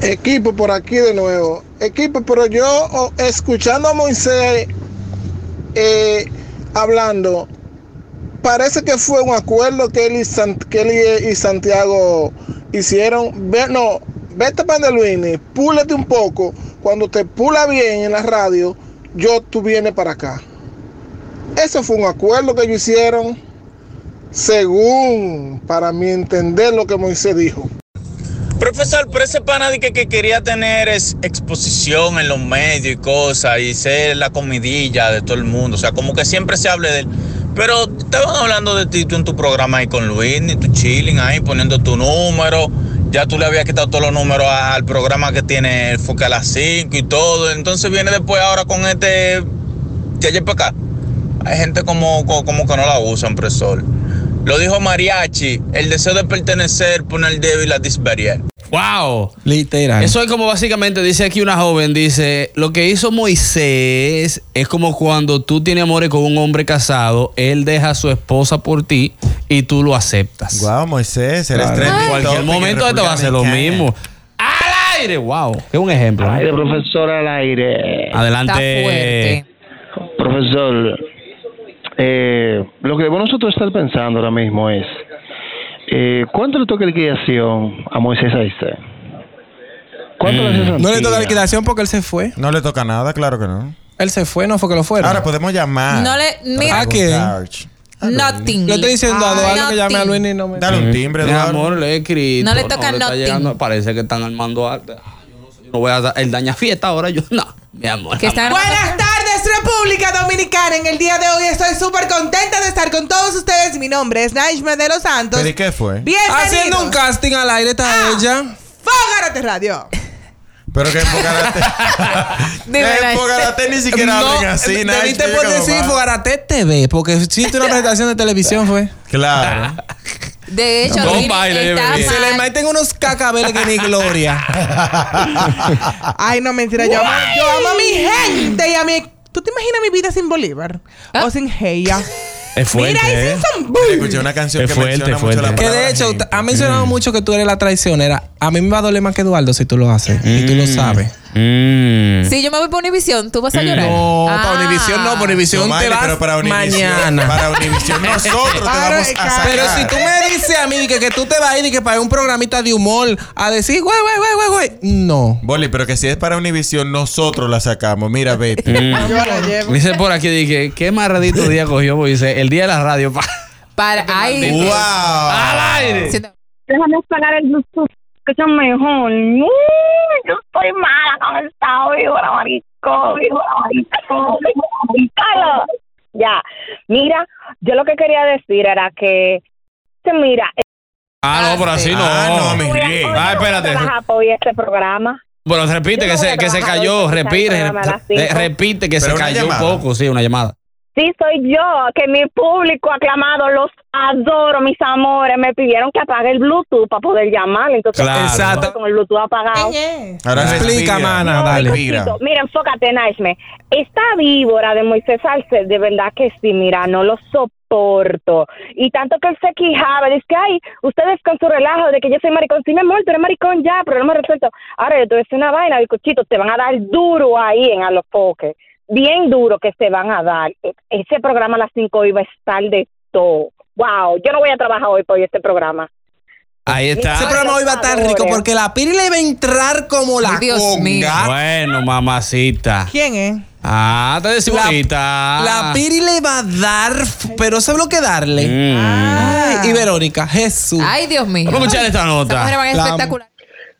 [SPEAKER 22] Equipo por aquí de nuevo. Equipo, pero yo oh, escuchando a Moisés eh, hablando, parece que fue un acuerdo que él y, San- que él y- y Santiago hicieron. Ve- no, vete Pandeluini, púlete un poco. Cuando te pula bien en la radio, yo tú vienes para acá. Eso fue un acuerdo que ellos hicieron, según para mi entender lo que Moisés dijo.
[SPEAKER 27] Profesor, pero ese pana de que, que quería tener es exposición en los medios y cosas y ser la comidilla de todo el mundo, o sea, como que siempre se hable de él. Pero estaban hablando de ti tú en tu programa ahí con Luis, ni tu chilling ahí poniendo tu número. Ya tú le habías quitado todos los números a- al programa que tiene el Foque a las 5 y todo. Entonces viene después ahora con este de ayer para acá. Hay gente como, co- como, que no la usan, profesor. Lo dijo Mariachi, el deseo de pertenecer pone el débil a disbarrier.
[SPEAKER 4] ¡Wow! Literal. Eso es como básicamente dice aquí una joven: dice, lo que hizo Moisés es como cuando tú tienes amores con un hombre casado, él deja a su esposa por ti y tú lo aceptas.
[SPEAKER 6] Wow, Moisés, eres
[SPEAKER 4] Claro.
[SPEAKER 6] trending
[SPEAKER 4] En cualquier
[SPEAKER 6] topic en
[SPEAKER 4] momento esto va a ser lo
[SPEAKER 6] República
[SPEAKER 4] mismo. ¡Al aire! ¡Wow! Es un ejemplo. Al
[SPEAKER 16] aire, profesor, al aire.
[SPEAKER 4] Adelante.
[SPEAKER 16] Profesor, eh, lo que debemos nosotros estar pensando ahora mismo es, eh, ¿cuánto le toca liquidación
[SPEAKER 5] Ah,
[SPEAKER 16] a Moisés Aizé? ¿Cuánto le hace
[SPEAKER 12] No le toca
[SPEAKER 16] Santilla?
[SPEAKER 12] liquidación porque él se fue.
[SPEAKER 6] Mm. No le toca nada, claro que no.
[SPEAKER 12] Él se fue, no fue que lo fuera.
[SPEAKER 6] Ahora podemos llamar.
[SPEAKER 5] No le- mira-
[SPEAKER 12] ¿A quién?
[SPEAKER 5] Nothing.
[SPEAKER 12] Le estoy diciendo a Eduardo que llame a Luis y no me...
[SPEAKER 6] Dale un timbre,
[SPEAKER 4] Mi
[SPEAKER 6] Eduardo.
[SPEAKER 4] amor, le he escrito.
[SPEAKER 5] No le toca
[SPEAKER 4] está
[SPEAKER 5] nothing.
[SPEAKER 4] llegando. Parece que están armando arte. Ay, Yo no, sé, yo no voy a dar el daña fiesta ahora. Yo, no, mi amor.
[SPEAKER 5] Que están-
[SPEAKER 8] Buenas tardes, República Dominicana. En el día de hoy estoy súper contenta de estar con todos ustedes. Mi nombre es Naishma de los Santos.
[SPEAKER 6] ¿Pero y qué fue? Ah.
[SPEAKER 8] Bienvenidos.
[SPEAKER 12] Haciendo un casting al aire está ella.
[SPEAKER 8] Fógarate Radio.
[SPEAKER 6] Pero que Fogarate.
[SPEAKER 12] Eh.
[SPEAKER 6] que Fogarate ni siquiera
[SPEAKER 12] No,
[SPEAKER 6] hablen así, nada.
[SPEAKER 12] Debiste por decir Fogarate TV, porque hiciste una presentación de televisión, fue.
[SPEAKER 6] Claro.
[SPEAKER 5] De hecho,
[SPEAKER 12] Con
[SPEAKER 5] Lili
[SPEAKER 12] baile,
[SPEAKER 5] está
[SPEAKER 12] baby. Se
[SPEAKER 5] mal.
[SPEAKER 12] le meten unos cacabeles que ni gloria.
[SPEAKER 8] Ay, no, mentira. Yo amo,
[SPEAKER 12] Guay.
[SPEAKER 8] yo amo a mi gente y a mi. ¿Tú te imaginas mi vida sin Bolívar?
[SPEAKER 5] Ah.
[SPEAKER 8] O sin Heia.
[SPEAKER 4] Es ¿eh?
[SPEAKER 8] Mira, ahí sí son bu-
[SPEAKER 6] Escuché una canción
[SPEAKER 4] Es
[SPEAKER 6] que
[SPEAKER 4] fuerte,
[SPEAKER 6] menciona mucho
[SPEAKER 4] fuerte. Mm.
[SPEAKER 6] la
[SPEAKER 12] Que de
[SPEAKER 6] palabra
[SPEAKER 12] hecho,
[SPEAKER 6] gente.
[SPEAKER 12] ha mencionado mucho que tú eres la traicionera. A mí me va a doler más que Eduardo si tú lo haces. Y
[SPEAKER 4] Mm.
[SPEAKER 12] tú lo sabes.
[SPEAKER 5] Si yo me voy por Univisión, tú
[SPEAKER 6] Mm.
[SPEAKER 5] vas a llorar.
[SPEAKER 12] No,
[SPEAKER 5] Ah.
[SPEAKER 12] para Univisión no, para Univisión
[SPEAKER 6] Yomari,
[SPEAKER 12] te vas
[SPEAKER 6] pero para Univision-
[SPEAKER 12] mañana.
[SPEAKER 6] para Univision nosotros te
[SPEAKER 12] Para-
[SPEAKER 6] vamos a sacar.
[SPEAKER 12] Pero si tú me dices a mí de que, que tú te vas a ir y que para un programita de humor a decir, güey, güey, güey, güey, güey. No.
[SPEAKER 6] Boli, pero que si es para Univision, nosotros la sacamos. Mira, vete.
[SPEAKER 4] Mm. Dice por aquí, dije, qué maldito día cogió Moisés. El día de la radio. pa.
[SPEAKER 5] Para ahí.
[SPEAKER 4] ¡Wow! ¡Al aire!
[SPEAKER 7] Déjame pagar el Bluetooth, que es mejor. Mm, Yo estoy mala con esta víbora, marico, víbora, marico, víbora, marico. Ya, mira, yo lo que quería decir era que, mira, eh,
[SPEAKER 4] Ah, no, pero así no. Ah, no, mi Ah, espérate.
[SPEAKER 7] trabaja hoy este programa.
[SPEAKER 4] Bueno, repite que se, que se cayó. Repite,
[SPEAKER 7] programa a las
[SPEAKER 4] eh,
[SPEAKER 7] cinco.
[SPEAKER 4] repite que
[SPEAKER 6] Pero
[SPEAKER 4] se
[SPEAKER 6] una
[SPEAKER 4] cayó un
[SPEAKER 6] llamada.
[SPEAKER 4] poco. Sí, una llamada.
[SPEAKER 7] Sí, soy yo, que mi público aclamado los adoro, mis amores. Me pidieron que apague el Bluetooth para poder llamar. Entonces,
[SPEAKER 4] Claro.
[SPEAKER 7] estoy con el Bluetooth apagado.
[SPEAKER 6] Ahora
[SPEAKER 12] Explica,
[SPEAKER 6] respira.
[SPEAKER 12] mana, dale.
[SPEAKER 7] Chico, Mira, enfócate, Naishme. Esta víbora de Moisés Salce, de verdad que sí, mira, no lo soporto. Y tanto que él se quijaba, dice que, ay, ustedes con su relajo de que yo soy maricón. Sí, mi amor, tú eres maricón ya, problema resuelto. Ahora yo te voy a decir una vaina, bizcochito, te van a dar duro ahí en Alofoque. Bien duro que se van a dar. E- Ese programa a las 5 iba a estar de todo. Wow, yo no voy a trabajar hoy por este programa.
[SPEAKER 4] Ahí está.
[SPEAKER 12] Ese programa hoy va a estar rico porque la Piri le va a entrar como la
[SPEAKER 4] Dios
[SPEAKER 12] conga.
[SPEAKER 4] mío. Bueno, mamacita.
[SPEAKER 8] ¿Quién es?
[SPEAKER 4] Ah, te decís
[SPEAKER 12] La-
[SPEAKER 4] bonita.
[SPEAKER 12] La Piri le va a dar, f- pero sabe lo que darle. Ay, y Verónica, Jesús.
[SPEAKER 5] Ay, Dios mío.
[SPEAKER 12] Mm. Vamos a escuchar esta nota.
[SPEAKER 5] Esa mujer va a ser
[SPEAKER 12] La-
[SPEAKER 5] espectacular.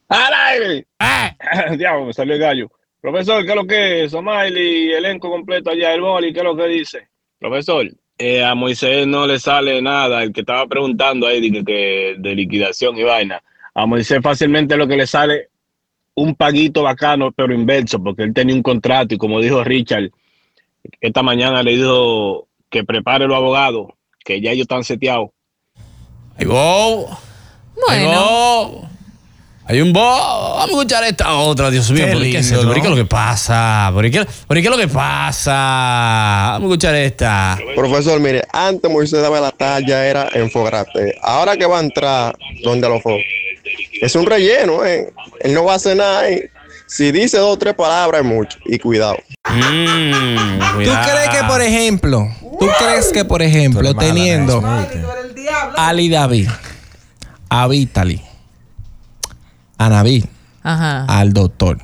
[SPEAKER 2] ¡Al aire! Diablo, me salió el gallo. Profesor, ¿qué es lo que es? Somaili, elenco completo allá, el boli, ¿qué es lo que dice? Profesor, eh, a Moisés no le sale nada. El que estaba preguntando ahí de, que- que de liquidación y vaina. A Moisés fácilmente lo que le sale un paguito bacano, pero inverso, porque él tenía un contrato y como dijo Richard, esta mañana le dijo que prepare los abogados, que ya ellos están seteados.
[SPEAKER 4] Bueno. Hay un bo. Vamos a escuchar esta otra, Dios mío.
[SPEAKER 2] Qué
[SPEAKER 4] ¿Por qué es
[SPEAKER 2] lindo,
[SPEAKER 4] esto? ¿Por
[SPEAKER 2] ¿no?
[SPEAKER 4] qué es lo que pasa? ¿Por qué, por qué es lo que pasa? Vamos a escuchar esta.
[SPEAKER 11] Profesor, mire, antes Moisés daba la talla, era en Fogarate. Ahora que va a entrar donde lo fue, es un relleno, ¿eh? Él no va a hacer nada. ¿eh? Si dice dos o tres palabras, es mucho. Y cuidado.
[SPEAKER 4] Mm,
[SPEAKER 12] ¿Tú crees que, por ejemplo, tú crees que, por ejemplo, teniendo Ali David, a Vitali, a Nabil,
[SPEAKER 5] Ajá.
[SPEAKER 12] al doctor,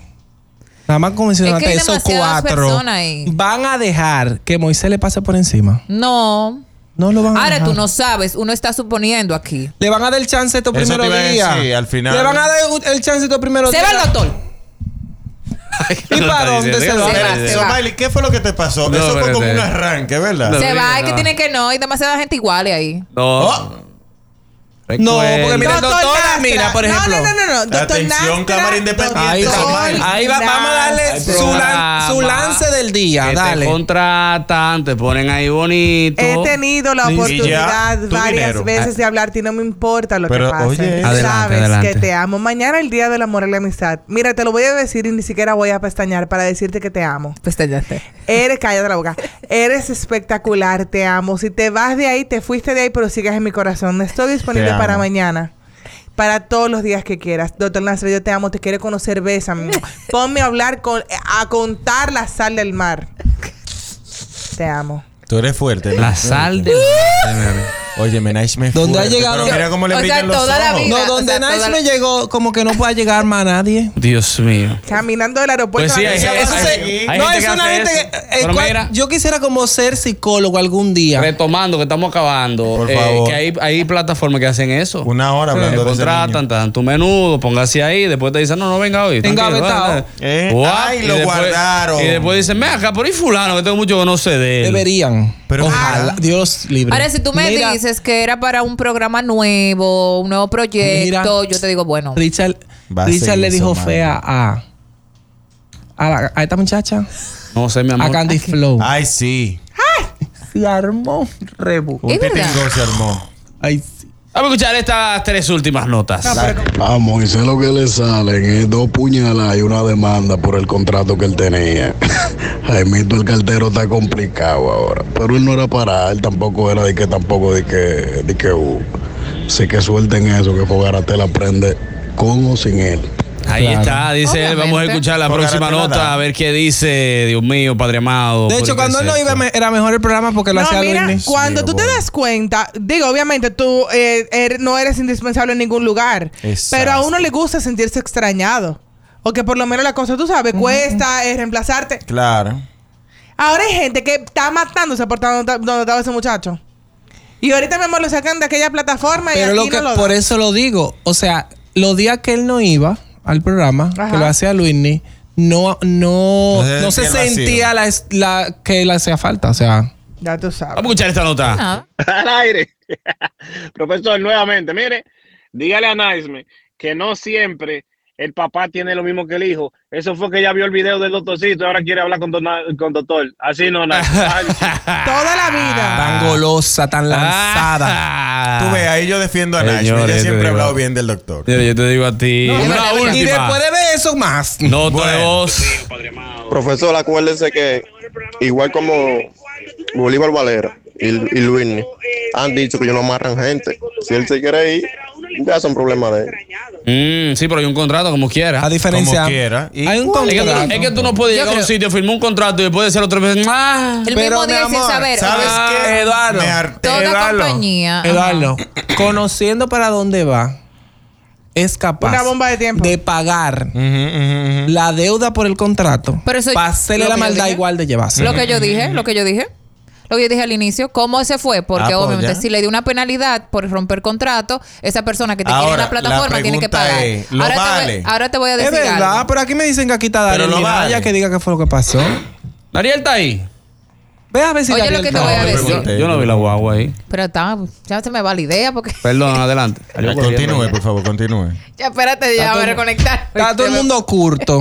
[SPEAKER 12] nada más
[SPEAKER 5] Es que
[SPEAKER 12] comisionante
[SPEAKER 5] hay
[SPEAKER 12] esos
[SPEAKER 5] demasiadas
[SPEAKER 12] cuatro,
[SPEAKER 5] personas ahí.
[SPEAKER 12] van a dejar que Moisés le pase por encima?
[SPEAKER 5] No.
[SPEAKER 12] No lo van a
[SPEAKER 5] Ahora
[SPEAKER 12] dejar.
[SPEAKER 5] tú no sabes, uno está suponiendo aquí.
[SPEAKER 12] Le van a dar el chance estos
[SPEAKER 6] Eso te
[SPEAKER 12] primeros
[SPEAKER 6] iba a
[SPEAKER 12] días.
[SPEAKER 6] decir, al final.
[SPEAKER 12] Le van a dar un- el chance estos primeros
[SPEAKER 5] Se
[SPEAKER 12] días.
[SPEAKER 5] va el doctor.
[SPEAKER 12] ¿Y para dónde se va?
[SPEAKER 6] Espérate,
[SPEAKER 12] Se va, se
[SPEAKER 6] eso,
[SPEAKER 12] va.
[SPEAKER 6] Miley, ¿qué fue lo que te pasó?
[SPEAKER 4] No,
[SPEAKER 6] eso fue como
[SPEAKER 4] espérate.
[SPEAKER 6] un arranque, ¿verdad?
[SPEAKER 5] Se va, es que tiene que no, hay demasiada gente iguales ahí.
[SPEAKER 4] No.
[SPEAKER 12] No, porque mira, el
[SPEAKER 5] Doctor
[SPEAKER 12] doctor,
[SPEAKER 5] Nastra.
[SPEAKER 12] mira, por
[SPEAKER 5] No,
[SPEAKER 12] ejemplo.
[SPEAKER 5] no, no, no, no, doctor
[SPEAKER 6] Atención, Nastra, cámara independiente,
[SPEAKER 12] Ahí, va,
[SPEAKER 6] Miley.
[SPEAKER 12] ahí va, vamos a darle
[SPEAKER 4] Hay
[SPEAKER 12] su, lan- su
[SPEAKER 4] programas
[SPEAKER 12] lance del día,
[SPEAKER 4] que
[SPEAKER 12] dale.
[SPEAKER 4] Te contratan, te ponen ahí bonito.
[SPEAKER 8] He tenido la
[SPEAKER 4] Y ya,
[SPEAKER 8] oportunidad
[SPEAKER 4] tu
[SPEAKER 8] varias
[SPEAKER 4] dinero.
[SPEAKER 8] veces de hablarte y no me importa lo
[SPEAKER 4] Pero,
[SPEAKER 8] que pase.
[SPEAKER 4] oye,
[SPEAKER 8] Tú
[SPEAKER 4] Adelante,
[SPEAKER 8] sabes
[SPEAKER 4] adelante.
[SPEAKER 8] que te amo. Mañana el día del amor y la amistad. Mira, te lo voy a decir y ni siquiera voy a pestañear para decirte que te amo.
[SPEAKER 5] Pues Pestañaste.
[SPEAKER 8] Eres, cállate la boca. Eres espectacular, te amo. Si te vas de ahí, te fuiste de ahí, pero sigues en mi corazón. Estoy disponible
[SPEAKER 13] Te
[SPEAKER 8] para
[SPEAKER 13] amo.
[SPEAKER 8] mañana. Para todos los días que quieras. Doctor Nasser, yo te amo, te quiero conocer, bésame. Ponme a hablar, con, a contar la sal del mar. Te amo.
[SPEAKER 6] Tú eres fuerte.
[SPEAKER 4] La sal
[SPEAKER 6] de. Oye, Menage me
[SPEAKER 12] Donde ha
[SPEAKER 6] fuerte,
[SPEAKER 12] llegado.
[SPEAKER 6] pero mira cómo le brillan los ojos.
[SPEAKER 12] No, donde Nice me llegó, como que no pueda llegar más a nadie.
[SPEAKER 4] Dios mío.
[SPEAKER 8] Caminando del
[SPEAKER 4] Pues
[SPEAKER 8] aeropuerto.
[SPEAKER 4] sí,
[SPEAKER 8] a la
[SPEAKER 4] hay-
[SPEAKER 8] casa.
[SPEAKER 4] hay-
[SPEAKER 12] Eso se-
[SPEAKER 4] hay- hay
[SPEAKER 12] no,
[SPEAKER 4] gente
[SPEAKER 12] es
[SPEAKER 4] que
[SPEAKER 12] una
[SPEAKER 4] hace
[SPEAKER 12] gente
[SPEAKER 4] eso.
[SPEAKER 12] que. el
[SPEAKER 4] Pero
[SPEAKER 12] cual-
[SPEAKER 4] mira.
[SPEAKER 12] yo quisiera como ser psicólogo algún día.
[SPEAKER 4] Retomando, que estamos acabando.
[SPEAKER 12] Por
[SPEAKER 4] eh,
[SPEAKER 12] favor.
[SPEAKER 4] que hay, hay plataformas que hacen eso.
[SPEAKER 6] Una hora hablando
[SPEAKER 4] Te
[SPEAKER 6] de ese
[SPEAKER 4] contratan, te dan tu menudo, póngase ahí. Después te dicen, no, no venga hoy.
[SPEAKER 6] Venga,
[SPEAKER 4] tranquilo,
[SPEAKER 6] vetado.
[SPEAKER 4] dale, dale.
[SPEAKER 6] Eh,
[SPEAKER 4] Guap,
[SPEAKER 6] ay,
[SPEAKER 4] y
[SPEAKER 6] lo
[SPEAKER 4] después-
[SPEAKER 6] guardaron.
[SPEAKER 4] Y después dicen, ven acá, por ahí fulano, que tengo mucho que no sé de él.
[SPEAKER 12] Deberían.
[SPEAKER 6] Pero
[SPEAKER 12] Ojalá. Dios libre.
[SPEAKER 5] Ahora, si tú me
[SPEAKER 12] Mira,
[SPEAKER 5] dices que era para un programa nuevo, un nuevo proyecto, yo te digo, bueno.
[SPEAKER 12] Richard,
[SPEAKER 4] Va a
[SPEAKER 12] Richard
[SPEAKER 4] ser
[SPEAKER 12] le dijo
[SPEAKER 4] eso,
[SPEAKER 12] fea a. A, la- a esta muchacha.
[SPEAKER 4] No sé, mi amor.
[SPEAKER 12] A Candy Flow.
[SPEAKER 6] Ay, sí.
[SPEAKER 12] Se armó un rebu.
[SPEAKER 6] Un pitingo se armó.
[SPEAKER 12] Ay,
[SPEAKER 4] Vamos a escuchar estas tres últimas notas.
[SPEAKER 17] A Moisés lo que le salen es dos puñaladas y una demanda por el contrato que él tenía. Jaimito el cartero está complicado ahora. Pero él no era para él, tampoco era de que tampoco de que, de que hubo. Así que suelten eso, que Fogarate la prende con o sin él.
[SPEAKER 4] Ahí está, dice él. Vamos a escuchar la próxima nota, a ver qué dice. Dios mío, Padre amado.
[SPEAKER 12] De
[SPEAKER 4] ¿por
[SPEAKER 12] hecho,
[SPEAKER 4] qué
[SPEAKER 12] cuando
[SPEAKER 4] es
[SPEAKER 12] él no
[SPEAKER 4] esto?
[SPEAKER 12] iba, me- era mejor el programa porque lo
[SPEAKER 8] No,
[SPEAKER 12] hacía
[SPEAKER 8] mira,
[SPEAKER 12] Luis.
[SPEAKER 8] cuando tú te das cuenta, digo, obviamente tú eh, er- no eres indispensable en ningún lugar,
[SPEAKER 12] Exacto.
[SPEAKER 8] pero a uno le gusta sentirse extrañado. O que por lo menos la cosa, tú sabes, cuesta eh, reemplazarte.
[SPEAKER 6] Claro.
[SPEAKER 8] Ahora hay gente que está matándose por estar donde, donde estaba ese muchacho. Y ahorita mismo lo sacan de aquella plataforma y
[SPEAKER 12] Pero
[SPEAKER 8] aquí
[SPEAKER 12] lo que,
[SPEAKER 8] no lo
[SPEAKER 12] por
[SPEAKER 8] dan.
[SPEAKER 12] eso lo digo. O sea, los días que él no iba al programa,
[SPEAKER 8] Ajá.
[SPEAKER 12] que lo hacía Luisni, no,
[SPEAKER 4] No
[SPEAKER 12] no,
[SPEAKER 4] se
[SPEAKER 12] no se
[SPEAKER 4] sentía el
[SPEAKER 12] sentía la, la- que le hacía falta. O sea,
[SPEAKER 8] Ya tú sabes.
[SPEAKER 4] Vamos a escuchar esta nota.
[SPEAKER 2] Al aire. Profesor, nuevamente, mire, dígale a Naisme que no siempre el papá tiene lo mismo que el hijo. Eso fue que ya vio el video del doctorcito y ahora quiere hablar con, don- con doctor. Así no, Naisme.
[SPEAKER 8] Toda la vida.
[SPEAKER 4] Ah.
[SPEAKER 12] tan golosa, tan lanzada.
[SPEAKER 6] Tú ves, ahí yo defiendo a Nash.
[SPEAKER 4] Señores,
[SPEAKER 6] Yo
[SPEAKER 4] yo te
[SPEAKER 6] siempre he
[SPEAKER 4] digo.
[SPEAKER 6] hablado bien del doctor.
[SPEAKER 4] Yo, yo te digo a ti.
[SPEAKER 6] No,
[SPEAKER 4] una
[SPEAKER 6] espérate,
[SPEAKER 4] última.
[SPEAKER 6] espérate.
[SPEAKER 12] Y después de ver eso, más.
[SPEAKER 4] Nota de
[SPEAKER 6] Bueno.
[SPEAKER 4] voz.
[SPEAKER 11] Profesor, acuérdese que igual como Bolívar Valera y, y Luis han dicho que ellos no amarran gente. Si él se quiere ir, ya son problemas de él.
[SPEAKER 4] Mm, sí, pero hay un contrato como quiera.
[SPEAKER 12] A diferencia-
[SPEAKER 4] Como quiera.
[SPEAKER 12] Y- Hay un
[SPEAKER 4] Es que tú- Es que,
[SPEAKER 12] contrato.
[SPEAKER 4] tú no puedes
[SPEAKER 12] Yo
[SPEAKER 4] llegar a un
[SPEAKER 12] creo-
[SPEAKER 4] sitio, firmar un contrato y después decirlo otra vez. Ah,
[SPEAKER 5] El mismo día sin saber.
[SPEAKER 12] ¿Sabes
[SPEAKER 5] Ah,
[SPEAKER 12] qué, Eduardo?
[SPEAKER 5] Toda compañía. ajá.
[SPEAKER 12] Eduardo, conociendo para dónde va, es capaz
[SPEAKER 5] Una bomba
[SPEAKER 12] de, pagar la deuda por el contrato.
[SPEAKER 5] Pero eso-
[SPEAKER 12] para hacerle
[SPEAKER 5] lo
[SPEAKER 12] la
[SPEAKER 5] que yo
[SPEAKER 12] maldad
[SPEAKER 5] dije.
[SPEAKER 12] igual de llevarse.
[SPEAKER 5] Lo que yo dije, lo que yo dije. Lo que yo dije al inicio, ¿cómo se fue? Porque
[SPEAKER 12] Ah, pues
[SPEAKER 5] obviamente
[SPEAKER 12] ya.
[SPEAKER 5] si le dio una penalidad por romper contrato, esa persona que te quiere en
[SPEAKER 6] Ahora,
[SPEAKER 5] la plataforma
[SPEAKER 6] la
[SPEAKER 5] tiene que
[SPEAKER 6] pregunta
[SPEAKER 5] pagar.
[SPEAKER 6] es, ¿lo
[SPEAKER 5] ahora, te
[SPEAKER 6] vale?
[SPEAKER 5] voy, ahora te voy a
[SPEAKER 12] Es
[SPEAKER 5] decir
[SPEAKER 12] verdad,
[SPEAKER 5] algo.
[SPEAKER 12] pero aquí me dicen que aquí está Daniel
[SPEAKER 4] Pero lo
[SPEAKER 12] Minaya
[SPEAKER 4] vale.
[SPEAKER 12] que diga qué fue lo que pasó.
[SPEAKER 4] Daniel está ahí.
[SPEAKER 12] Ve a ver si
[SPEAKER 5] Oye,
[SPEAKER 12] Daniel
[SPEAKER 5] lo que te
[SPEAKER 12] está-
[SPEAKER 5] voy a decir.
[SPEAKER 4] Yo no vi la guagua ahí.
[SPEAKER 5] Pero está, ya se me va la idea porque
[SPEAKER 4] Perdón, adelante.
[SPEAKER 6] Continúe, por favor, continúe.
[SPEAKER 5] ya espérate, ya voy a reconectar.
[SPEAKER 12] Está todo el mundo curto.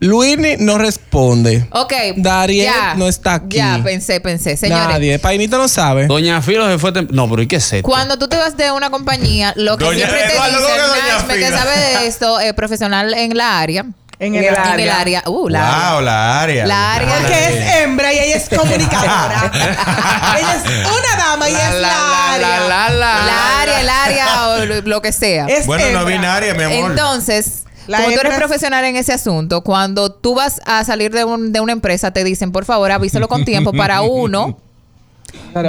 [SPEAKER 12] Luini no responde.
[SPEAKER 5] Ok.
[SPEAKER 12] Dariel
[SPEAKER 5] ya,
[SPEAKER 12] no está aquí.
[SPEAKER 5] Ya, pensé, pensé. Señores,
[SPEAKER 12] Nadie. Painita no sabe.
[SPEAKER 4] Doña Filo se fue. tem- No, pero ¿y qué es esto?
[SPEAKER 5] Cuando tú te vas de una compañía, lo que
[SPEAKER 4] Doña-
[SPEAKER 5] siempre te
[SPEAKER 4] Eduardo
[SPEAKER 5] dicen,
[SPEAKER 4] López, doña
[SPEAKER 5] Naime, que
[SPEAKER 4] Fina.
[SPEAKER 5] sabe de esto, eh, profesional en la área.
[SPEAKER 8] En el área.
[SPEAKER 5] Uh, la área.
[SPEAKER 4] Ah.
[SPEAKER 6] Wow, Ah, la área.
[SPEAKER 5] La área.
[SPEAKER 8] Porque es hembra y ella es comunicadora.
[SPEAKER 12] Ah.
[SPEAKER 8] ella es una dama y es la, área.
[SPEAKER 5] la, La área, el área o lo- lo que sea.
[SPEAKER 8] Es
[SPEAKER 6] Bueno, no hembra. binaria, mi amor.
[SPEAKER 5] Entonces,
[SPEAKER 8] La
[SPEAKER 5] como tú eres
[SPEAKER 8] hembra es-
[SPEAKER 5] profesional en ese asunto, cuando tú vas a salir de, un- de una empresa, te dicen, por favor, avísalo con tiempo para uno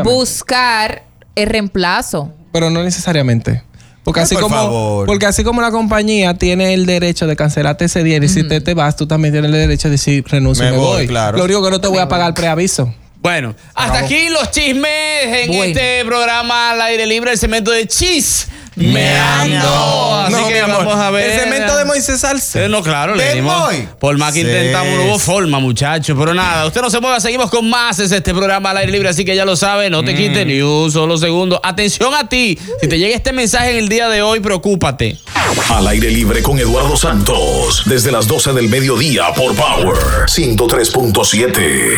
[SPEAKER 5] buscar el reemplazo.
[SPEAKER 12] Pero no necesariamente. Porque
[SPEAKER 5] Ay,
[SPEAKER 12] así,
[SPEAKER 5] por
[SPEAKER 12] como,
[SPEAKER 5] favor.
[SPEAKER 12] porque así como la compañía tiene el derecho de cancelarte ese día y si te, te vas, tú también tienes el derecho de decir renuncio
[SPEAKER 4] Me
[SPEAKER 12] y me
[SPEAKER 4] voy,
[SPEAKER 12] voy.
[SPEAKER 4] claro.
[SPEAKER 12] Lo único que no te voy a pagar preaviso.
[SPEAKER 4] Bueno, hasta aquí los chismes en
[SPEAKER 12] Bueno.
[SPEAKER 4] este programa al aire libre, el cemento de chis. Meando. Así
[SPEAKER 12] No,
[SPEAKER 4] que
[SPEAKER 12] mi amor,
[SPEAKER 4] vamos a ver.
[SPEAKER 12] el cemento de Moisés Salce.
[SPEAKER 4] Eh, no, claro, le
[SPEAKER 12] De
[SPEAKER 4] dimos.
[SPEAKER 12] Moy.
[SPEAKER 4] Por más que
[SPEAKER 12] Sí.
[SPEAKER 4] intentamos, no hubo forma, muchachos. Pero nada, usted no se mueva, seguimos con más. Es este programa al aire libre, así que ya lo sabe, no te
[SPEAKER 12] Mm.
[SPEAKER 4] quite ni un solo segundo. Atención a ti, si te llega este mensaje en el día de hoy, preocúpate.
[SPEAKER 3] Al aire libre con Eduardo Santos, desde las 12 del mediodía por Power 103.7.